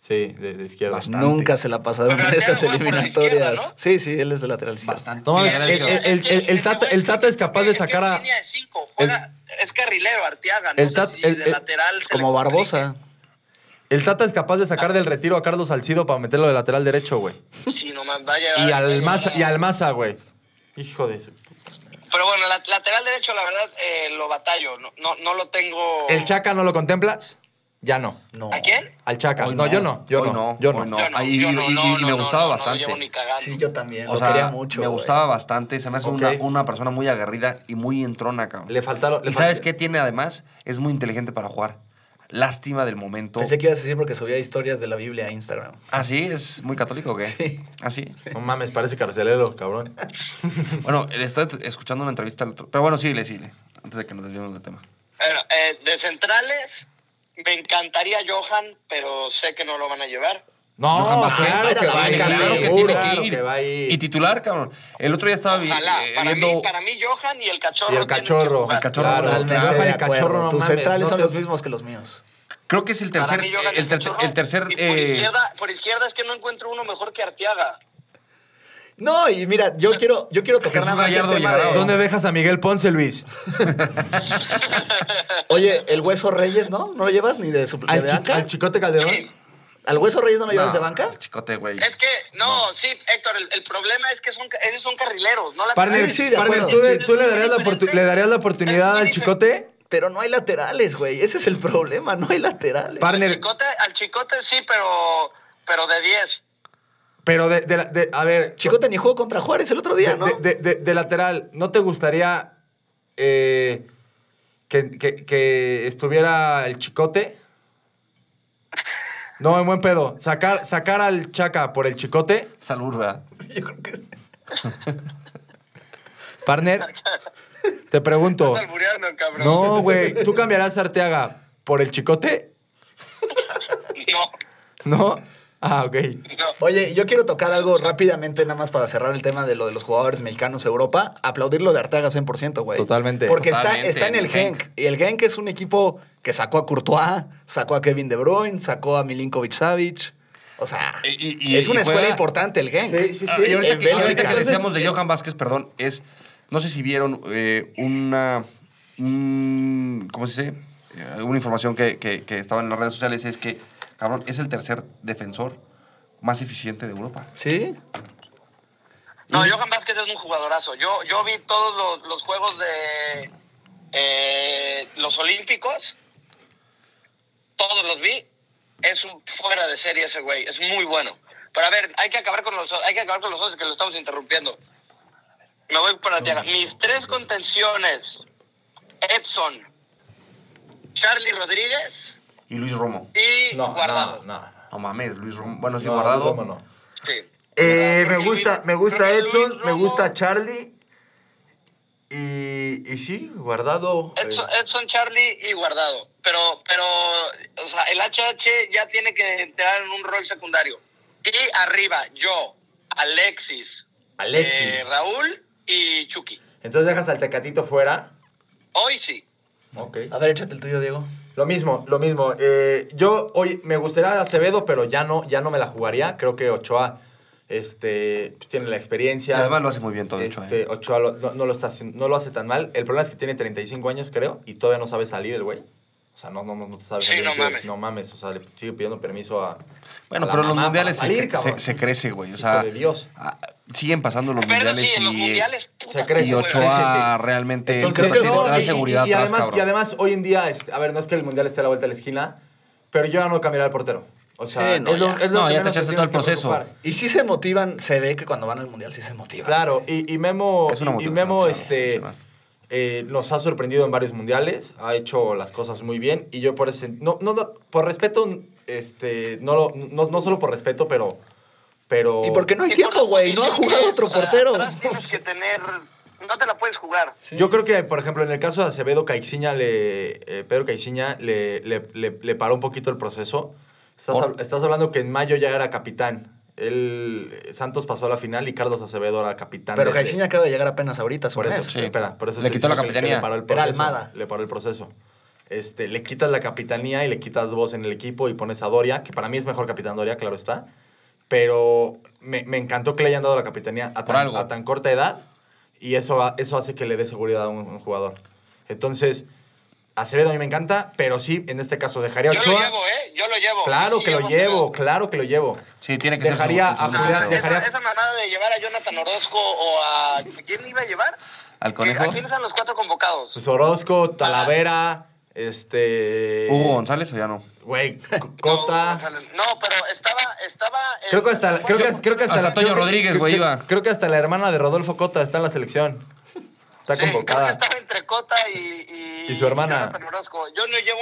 Sí, de, de izquierda. Bastante. Nunca se la pasaron Pero en estas Arteaga juega por la eliminatorias. izquierda, ¿no? Sí, sí, él es de lateral izquierdo. Bastante. No Sí, mames, era el- izquierda. el- el- el Tata- el Tata es capaz de que sacar a- Es, línea de cinco, juega- es carrilero Arteaga, no el sé Tata- si el- de el- lateral. se Como le complique. Barbosa. El Tata es capaz de sacar del retiro a Carlos Salcido para meterlo de lateral derecho, güey. Sí, no más, va a llegar- Y va a al Maza, llegar- y al Maza, güey. Hijo de su. Pero bueno, la- lateral derecho, la verdad, eh, lo batallo. No, no, no lo tengo. ¿El Chaca no lo contemplas? Ya no. No. ¿A quién? Al Chaca. Hoy No, yo no, yo hoy no, yo no. Yo hoy no, Ahí- yo y- no, y- no, y me no, gustaba no, bastante. No, lo llevo ni cagando. Sí, yo también. O lo sea, quería mucho. me güey. gustaba bastante. Se me hace Ok. una, una persona muy aguerrida y muy entrona, cabrón. Le faltaron. le ¿Y sabes falt- qué tiene además? Es muy inteligente para jugar. Lástima del momento. Pensé que ibas a decir porque subía historias de la Biblia a Instagram. ¿Ah, sí? ¿Es muy católico o qué? Sí. ¿Ah, sí? No mames, parece carcelero, cabrón. Bueno, le estaba escuchando una entrevista al otro. Pero bueno, síguele, síguele. Antes de que nos desviemos del tema. Bueno, eh, de centrales, me encantaría Johan, pero sé que no lo van a llevar. No, No, jamás claro creo. que Claro va a ir, que claro tiene que que claro ir. que va a ir. Y titular, cabrón. El otro día estaba vi- Ojalá. eh, para, viendo... mí, para mí, Johan y el cachorro. Y el tienen que cachorro. jugar. El cachorro, Claro, los Totalmente Rafa y de cachorro, acuerdo. no Tus mames, centrales no son te- los mismos que los míos. Creo que es el Para tercer... eh, mí, Johan y el, ter- Cachorro. el tercer... Y por, eh, izquierda, por izquierda es que no encuentro uno mejor que Arteaga. No, y mira, yo quiero, yo quiero tocar Jesús nada más el Gallardo tema llegará. de... ¿Dónde dejas a Miguel Ponce, Luis? Oye, el Hueso Reyes, ¿no? ¿No lo llevas ni de su de ¿Al, chi- banca? al Chicote Calderón? ¿Al Hueso Reyes no lo no, llevas de banca? Chicote, güey. Es que, no, sí, Héctor, el, el problema es que son, ca- ellos son carrileros. No la Partner, Sí, sí, de partner, acuerdo. ¿tú, de- Sí, tú le, es darías la muy oportu- diferente. le darías la Es oportunidad muy al Chicote? Pero no hay laterales, güey. Ese es el problema, no hay laterales. Par- Al Partner. chicote, al chicote sí, pero, pero de 10. Pero de, de la- de- a ver, Chicote ni jugó contra Juárez el otro día, de, ¿no? de- de- de lateral, ¿no te gustaría eh, que, que- que estuviera el Chicote? No, en buen pedo. Sacar, sacar al Chaca por el Chicote, Salud, ¿verdad? Yo creo que- partner. Te pregunto. Estás albureando, cabrón. No, güey, ¿tú cambiarás a Arteaga por el Chicote? No, ¿No? Ah, ok. no. Oye, yo quiero tocar algo rápidamente, nada más para cerrar el tema de lo de los jugadores mexicanos Europa. Aplaudir lo de Arteaga 100%, güey. Totalmente. Porque está, Totalmente, está en el el Genk. Genk. Y el Genk es un equipo que sacó a Courtois, sacó a Kevin De Bruyne, sacó a Milinkovic Savic. O sea, Y- y- y- es una y escuela juega- importante el Genk. Sí, sí, sí. Ah, y ahorita, En que, ahorita Bélgica. que Entonces, decíamos de Johan Vázquez, perdón, es. No sé si vieron eh, una. un- ¿Cómo se dice? Eh, Una información que, que- que estaba en las redes sociales es que, cabrón, es el tercer defensor más eficiente de Europa. ¿Sí? No, Johan Vázquez es un jugadorazo. Yo, yo vi todos los, los juegos de eh, los Olímpicos. Todos los vi. Es un fuera de serie ese güey. Es muy bueno. Pero a ver, hay que acabar con los hay que acabar con los otros que lo estamos interrumpiendo. Me voy para Tiaga. Mis tres contenciones. Edson, Charlie Rodríguez Y Luis Romo. y Guardado. No mames, Luis Romo. Bueno, sí, No, guardado. Romo no. Sí. Eh, me Porque gusta, Luis- me gusta creo que Luis Edson, me Romo- gusta Charlie. Y, y sí, guardado. Pues, Edson, es- Edson, Charlie y Guardado. Pero, pero, o sea, el HH ya tiene que entrar en un rol secundario. Y arriba, yo, Alexis, Alexis. eh, Raúl y Chucky. Entonces dejas al Tecatito fuera. Hoy sí. Ok. A ver, échate el tuyo, Diego. Lo mismo, lo mismo. Eh, yo hoy me gustaría Acevedo, pero ya no, ya no me la jugaría. Creo que Ochoa este, pues, tiene la experiencia. además lo hace muy bien todo, de hecho, Este, ¿eh? Ochoa lo- no, no lo está haciendo- no lo hace tan mal. El problema es que tiene 35 años, creo, y todavía no sabe salir el güey. O sea, no, no, no, no sabe Sí, salir. no Entonces, mames. No mames, o sea, le sigue pidiendo permiso a. Bueno, a la pero en los mamá mundiales para se, salir, se- cabrón. se crece, güey. O sea, Hijo de Dios. ah, siguen pasando los Pero mundiales sí, en los y, mundiales. puta, se crece, y güey. Ochoa Sí, sí, sí. realmente Entonces, él también no, da y- y- seguridad y, atrás, además, cabrón. y además, hoy en día, este, a ver, no es que el mundial esté a la vuelta de la esquina, pero yo ya no cambiaré al portero. O sea, Sí, no, es lo, ya. es lo No, que ya menos te echaste tienes todo el que proceso. preocupar. Y sí se motivan, se ve que cuando van al mundial sí se motivan. Claro, y, y Memo, Es una y- y motivación Memo personal, este, personal. eh, nos ha sorprendido en varios mundiales, ha hecho las cosas muy bien, y yo por ese, no, no, no, por respeto, este, no, lo- no, no solo por respeto, pero, pero... ¿Y por qué no hay y por la tiempo, güey? No ha posición que jugado es, otro o sea, portero. atrás tienes que tener. No te la puedes jugar. Yo creo que, por ejemplo, en el caso de Acevedo, Caixinha le, eh, Pedro Caixinha le, le- le- le paró un poquito el proceso. Estás, Por- hab- estás hablando que en mayo ya era capitán. Él, Santos pasó a la final y Carlos Acevedo era capitán. Pero desde- Caixinha acaba de llegar apenas ahorita, Por sobre eso, eso. Sí. espera, por eso Le te quitó la digo que- que capitanía. Le paró el Era proceso. Almada. Le paró el proceso. Este, le quitas la capitanía y le quitas voz en el equipo y pones a Doria, que para mí es mejor capitán Doria, claro está. Pero me, me encantó que le hayan dado la capitanía a Por tan, algo. a tan corta edad y eso, ha- eso hace que le dé seguridad a un, un jugador. Entonces, Acevedo a mí me encanta, pero sí, en este caso dejaría a Yo lo Ochoa. llevo, ¿eh? Yo lo llevo. Claro Sí, que lo se llevo, veo. claro que lo llevo. Sí, tiene que Dejaría ser su- su a segundo Julián- portero. dejaría- Esa, esa mamada de llevar a Jonathan Orozco o a. ¿Quién iba a llevar? ¿Al conejo? ¿A quiénes son los cuatro convocados? Pues Orozco, Talavera, este... ¿Hugo González o ya no? Güey, C- No, Cota. González. No, pero estaba. estaba el- Creo que hasta, creo que, creo que hasta, Hasta la- Toño creo que- Rodríguez, creo- güey, creo- iba. Creo que hasta la hermana de Rodolfo Cota está en la selección. Está Sí, convocada. creo que estaba entre Cota y. Y su hermana. Jonathan Orozco. Yo no llevo.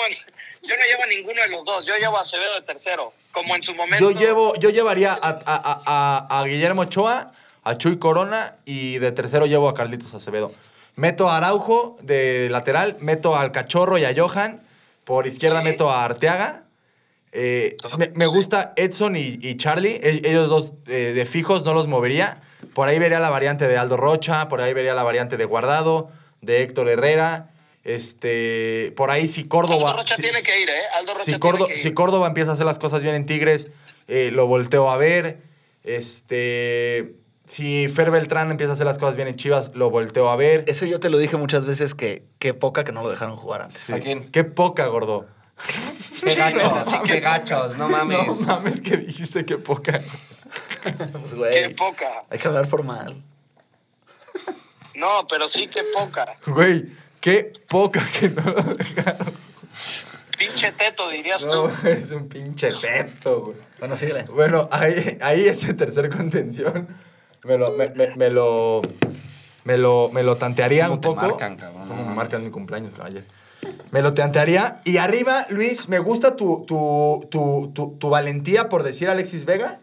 Yo no llevo a ninguno de los dos. Yo llevo a Acevedo de tercero. Como en su momento. Yo llevo, yo llevaría a, a- a- a- a Guillermo Ochoa, a Chuy Corona y de tercero llevo a Carlitos Acevedo. Meto a Araujo de lateral, meto al Cachorro y a Johan. Por izquierda Sí. meto a Arteaga. Eh, Ajá, me, me sí. gusta Edson y, y Charlie. E- ellos dos eh, de fijos no los movería. Por ahí vería la variante de Aldo Rocha, por ahí vería la variante de Guardado, de Héctor Herrera. Este, por ahí si Córdoba. Aldo Rocha si- tiene que ir, ¿eh? Aldo Rocha si, tiene Córdo- que ir. si Córdoba empieza a hacer las cosas bien en Tigres, eh, lo volteo a ver. Este, si Fer Beltrán empieza a hacer las cosas bien en Chivas, lo volteo a ver. Ese yo te lo dije muchas veces que qué poca que no lo dejaron jugar antes. Sí. ¿A quién? Este, Qué poca, gordo. Qué gachos, qué gachos, no mames. No mames que dijiste que poca. Pues, Qué güey, poca. hay que hablar formal. No, pero sí, qué poca. Güey, qué poca que no lo dejaron. Pinche teto, dirías No, tú. es un pinche teto, güey. Bueno, síguele. Bueno, ahí, ahí ese tercer contención me lo, me, me- me lo, me lo, me lo tantearía ¿Cómo un te poco. marcan, cabrón? ¿Cómo me marcan mi cumpleaños ayer? Me lo tantearía. Y arriba, Luis, me gusta tu, tu, tu, tu, tu valentía por decir Alexis Vega,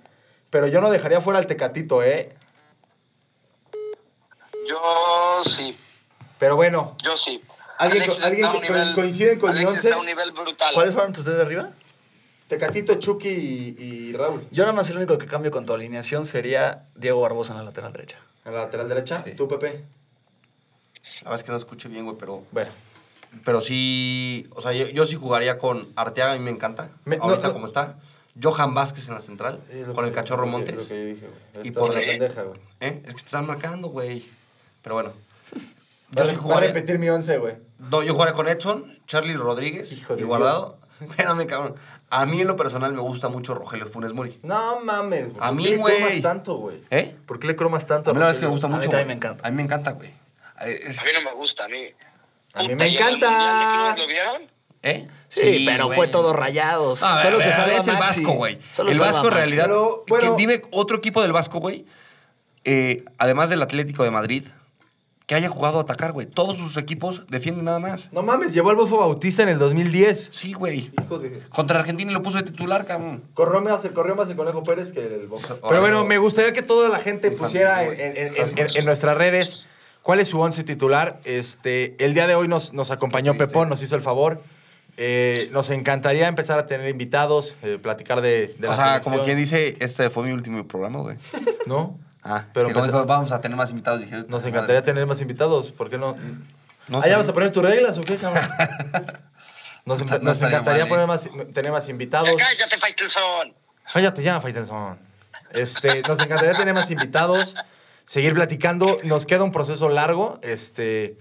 pero yo no dejaría fuera al Tecatito, ¿eh? Yo sí, Pero bueno, yo sí. ¿Alguien Alexis co- alguien está a un co- coincide con mi Alexis once? está a un nivel brutal. ¿Cuáles fueron tus tres de arriba? Tecatito, Chucky y, y Raúl. Yo nada más el único que cambio con tu alineación sería Diego Barbosa en la lateral derecha. En la lateral derecha, Sí. tú, Pepe. A ver, es que no escuché bien, güey, pero... Bueno. Pero sí, o sea, yo, yo sí jugaría con Arteaga, a mí me encanta. Me- no, ahorita no. Eh, como está. Johan Vázquez en la central, con el cachorro Montes. Y Y por por- la pendeja, güey. ¿Eh? Es que te están marcando, güey. Pero bueno. Va Yo a sí re- va a jugaría... repetir mi once, güey. No, yo jugaría con Edson, Charlie Rodríguez Hijo de y Guardado. Espérame, cabrón. A mí en lo personal me gusta mucho Rogelio Funes Mori. No mames, güey. A ¿Por mí, qué le güey. cromas tanto, güey? ¿Eh? ¿Por qué le cromas tanto? A mí la verdad es que me gusta Rogelio? A mí mucho. también güey. me encanta. A mí me encanta, güey. Eh, es- A mí no me gusta, a mí. A mí Puta, me y en el encanta. Mundial de Clubes, ¿Lo vieron? ¿Eh? Sí, pero fue todo rayado. No, a ver, Solo a se ver, salva es el Maxi. Vasco, güey. Solo El salva Vasco en Maxi. realidad. Pero, que bueno. dime otro equipo del Vasco, güey. eh, además del Atlético de Madrid, que haya jugado a atacar, güey. Todos sus equipos defienden nada más. No mames, llevó al Bofo Bautista en el 2010. Sí, güey. Hijo de... Contra Argentina y lo puso de titular, cabrón. Corrió más, el- corrió más el Conejo Pérez que el Bofo. So- Pero bueno, Ahora, me gustaría que toda la gente Infantil, pusiera en, güey. en- en- en- en- en nuestras redes cuál es su once titular. Este, el día de hoy nos, nos acompañó Triste. Pepón, nos hizo el favor. Eh, nos encantaría empezar a tener invitados, eh, platicar de, de o la sea, como selección. quien dice, Ah, este fue mi último programa, güey. ¿No? Ah, es Pero que como nos- dijo, vamos a tener más invitados. Dije, Nos madre. encantaría tener más invitados. ¿Por qué no? No ¿Ah, ya te- vas a poner tus reglas o qué, cabrón? Nos, No enca- está- no nos estaría encantaría mal, poner ¿eh? más, tener más invitados. Ya cállate, Faitelson. Cállate ya, Faitelson. Este, nos encantaría tener más invitados, seguir platicando. Nos queda un proceso largo este,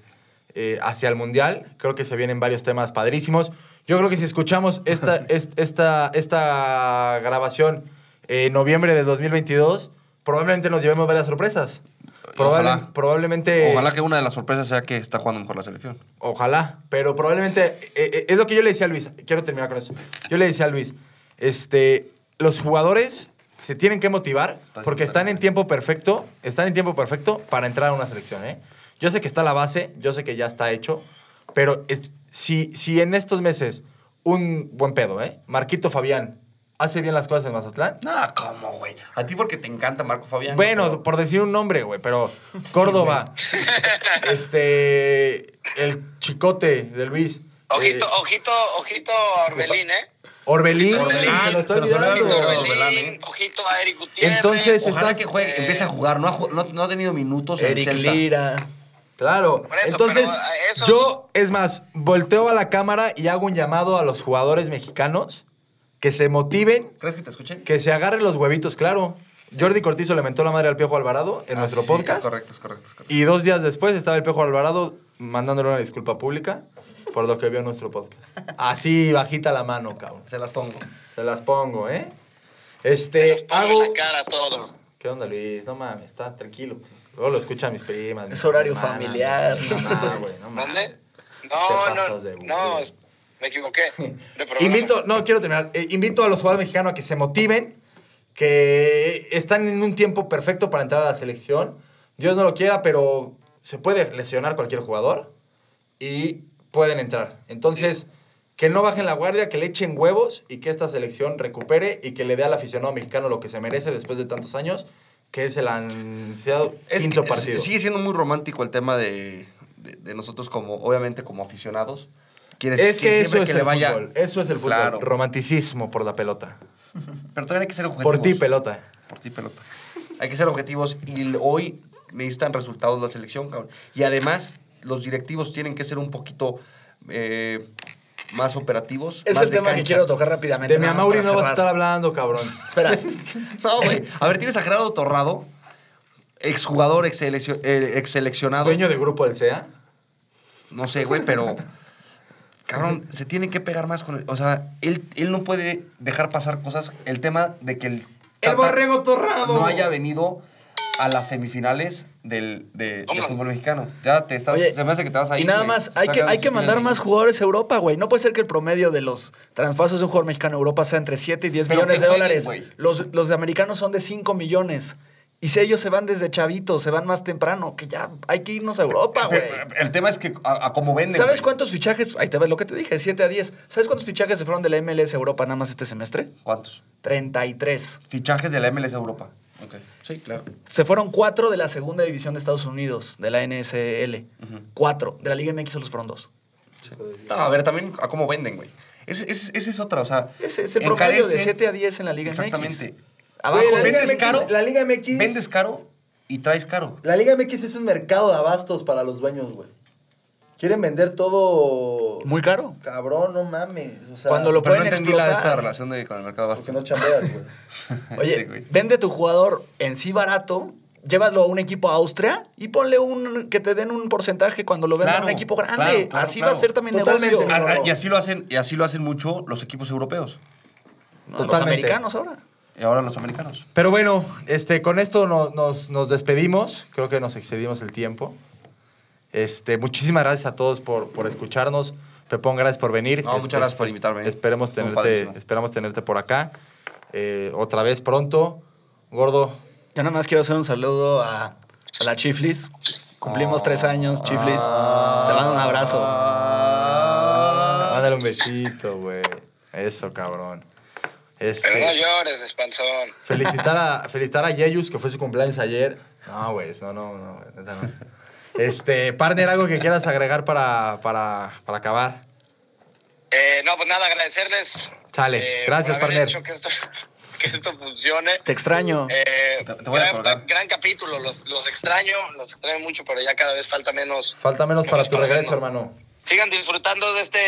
eh, hacia el Mundial. Creo que se vienen varios temas padrísimos. Yo creo que si escuchamos esta, est- esta, esta grabación eh, en noviembre de 2022, probablemente nos llevemos varias sorpresas. Probable- Ojalá. Probablemente... Ojalá que una de las sorpresas sea que está jugando mejor la selección. Ojalá, pero probablemente eh, eh, es lo que yo le decía a Luis. Quiero terminar con esto. Yo le decía a Luis, este, los jugadores se tienen que motivar Estás porque están en tiempo perfecto, están en tiempo perfecto para entrar a una selección. ¿eh? Yo sé que está la base, yo sé que ya está hecho, pero es- si, si en estos meses un buen pedo, ¿eh? Marquito Fabián hace bien las cosas en Mazatlán. No, ¿cómo, güey? A ti porque te encanta Marco Fabián. Bueno, pero- por decir un nombre, güey, pero Córdoba, este, el chicote de Luis. Ojito, eh, ojito, ojito a Orbelín, ¿eh? Orbelín. Orbelín, se lo está se nos olvidó olvidando. Orbelín. Orbelín, ¿eh? Ojito a Eric Gutiérrez. Entonces, Ojalá estás- que juegue, empiece a jugar. No ha, ju- no, no ha tenido minutos en el Eric Celta. Lira. Claro. Por eso, Entonces, pero, eh, eso- yo, es más, volteo a la cámara y hago un llamado a los jugadores mexicanos que se motiven, ¿Crees que te escuchen? que se agarren los huevitos, claro. Jordi Cortizo le mentó la madre al Piojo Alvarado en Ah, nuestro sí, sí, podcast. Es correcto, es correcto, es correcto. Y dos días después estaba el Piojo Alvarado mandándole una disculpa pública por lo que vio en nuestro podcast. Así, bajita la mano, cabrón. Se las pongo. Se las pongo, ¿eh? Les Este, pongo en hago... la cara a todos. ¿Qué onda, Luis? No mames, está tranquilo. Luego lo escuchan mis primas. Es mi horario hermana, familiar. mi mamá, güey, no mames. ¿Dónde? Te No, no, pasas de no, burro. me equivoqué. De programa. Invito, no, quiero terminar. Eh, invito a los jugadores mexicanos a que se motiven, que están en un tiempo perfecto para entrar a la selección. Dios no lo quiera, pero se puede lesionar cualquier jugador y pueden entrar. Entonces, que no bajen la guardia, que le echen huevos y que esta selección recupere y que le dé al aficionado mexicano lo que se merece después de tantos años, que es el ansiado Es quinto que partido. s- Sigue siendo muy romántico el tema de, de- de nosotros como, obviamente, como aficionados. Quieres, es que quieres eso siempre es que el le vaya- fútbol. Eso es el fútbol. Claro. Romanticismo por la pelota. Pero todavía hay que ser objetivos. Por ti, pelota. Por ti, pelota. Hay que ser objetivos y l- hoy necesitan resultados la selección, cabrón. Y además, los directivos tienen que ser un poquito eh, más operativos. Es más el de tema que cancha. quiero tocar rápidamente. De mi nada más Amauri para no vas a estar cerrar. hablando, cabrón. Espera. No, güey. A ver, tienes a Gerardo Torrado, exjugador, ex, seleccionado. Dueño de grupo del CEA. No sé, güey, pero. Cabrón, se tiene que pegar más con él. O sea, él, él no puede dejar pasar cosas. El tema de que el. Tata torrado. No haya venido a las semifinales del, de, del Vámonos. fútbol mexicano. Ya te estás. Oye, se me hace que te vas a ir. Y nada güey. más, Se hay está que, quedando hay que sin mandar final. más jugadores a Europa, güey. No puede ser que el promedio de los traspasos de un jugador mexicano a Europa sea entre 7 y 10 Pero millones que de jueguen, dólares. güey. Los, los de americanos son de 5 millones. Y si ellos se van desde chavitos, se van más temprano, que ya hay que irnos a Europa, güey. Pero, El tema es que a, a cómo venden. ¿Sabes güey. cuántos fichajes? Ahí te ves lo que te dije, de 7 a 10. ¿Sabes cuántos fichajes se fueron de la MLS a Europa nada más este semestre? ¿Cuántos? 33. Fichajes de la MLS Europa. Ok. Sí, claro. Se fueron 4 de la segunda división de Estados Unidos, de la NSL. Ujú. 4. De la Liga MX solo se fueron 2. No, a ver, también a cómo venden, güey. Esa es, esa es otra, o sea. Ese, ese promedio de encarece- 7 a 10 en la Liga MX. Exactamente. Abajo Güey, de- la Liga caro? La Liga MX. Vendes caro y traes caro. La Liga MX es un mercado de abastos para los dueños, güey. Quieren vender todo. Muy caro. Cabrón, no mames. O sea, Cuando lo Pero no pueden entendí la, explotar. esta relación de, con el mercado Porque vasto. no chambeas, güey. Oye, Este, güey. vende tu jugador en sí barato, llévalo a un equipo a Austria y ponle un que te den un porcentaje cuando lo vendan Claro, a un equipo grande. claro, claro, Así claro. va a ser también Totalmente, negocio. mi Ah, ah, no. y así lo hacen, y así lo hacen mucho los equipos europeos. No, Los Totalmente. americanos ahora. Y ahora los americanos. Pero bueno, este, con esto no- nos, nos despedimos. Creo que nos excedimos el tiempo. Este, muchísimas gracias a todos por, por escucharnos. Pepón, gracias por venir. No, muchas gracias por invitarme. Esperemos Estuvo tenerte, padrísimo. esperamos tenerte por acá. Eh, otra vez pronto. Gordo. Yo nada más quiero hacer un saludo a, a la Chiflis. Cumplimos tres años, Chiflis. Te mando un abrazo. Mándale un besito, güey. Eso, cabrón. Este, Pero no llores, espanzón. Felicitar a, felicitar a Yeyus, que fue su cumpleaños ayer. No, güey, no, no, no, güey, neta no. Este, partner, algo que quieras agregar para, para, para acabar. Eh, no, pues nada, agradecerles. Sale. eh, Gracias, por partner. haber hecho que esto- que esto funcione. Te extraño. Eh, Te- te voy a gran- colgar. gran capítulo, los, los extraño, los extraño mucho, pero ya cada vez falta menos. Falta menos para tu Menos regreso, para- hermano. Sigan disfrutando de este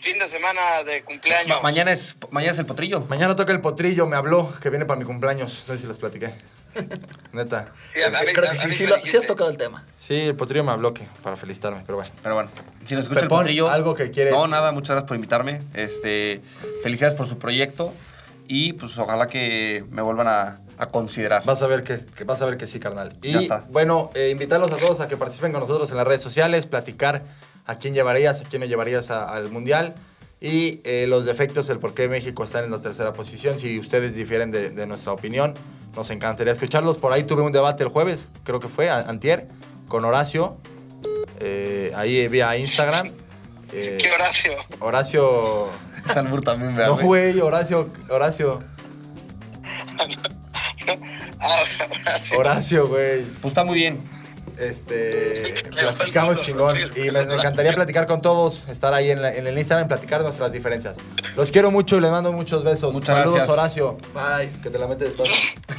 fin de semana de cumpleaños. Ma- mañana, es, mañana es el potrillo. Mañana toca el potrillo, me habló que viene para mi cumpleaños. No sé si les platiqué. Neta. Sí, a- a mí- Creo a- a que sí, mí sí, me lo- sí dijiste. has tocado el tema. Sí, el potrillo me habló que para felicitarme, pero bueno. Pero bueno, si nos escucha Pepón, el potrillo. algo que quieres. No, nada, muchas gracias por invitarme. Este, felicidades por su proyecto. Y pues ojalá que me vuelvan a, a considerar. Vas a ver que, que- vas a ver que sí, carnal. Ya Y está. bueno, eh, invitarlos a todos a que participen con nosotros en las redes sociales, platicar a quién llevarías, a quién no llevarías a- al Mundial y eh, los defectos, el por qué México está en la tercera posición. Si ustedes difieren de, de nuestra opinión, nos encantaría escucharlos. Por ahí tuve un debate el jueves, creo que fue, a- antier, con Horacio, eh, ahí vía Instagram. Eh, ¿Qué Horacio? Horacio... Salmur también, No, ¿verdad? güey? güey, Horacio, Horacio, Ah, Horacio. Horacio, güey. Pues está muy bien. este, Me fue el platicamos punto, chingón. sí. Y me me encantaría platicar con todos, estar ahí en, la- en el Instagram, platicar nuestras diferencias. Los quiero mucho y les mando muchos besos. Muchas Saludos, gracias. Horacio. Bye. Que te la metes después.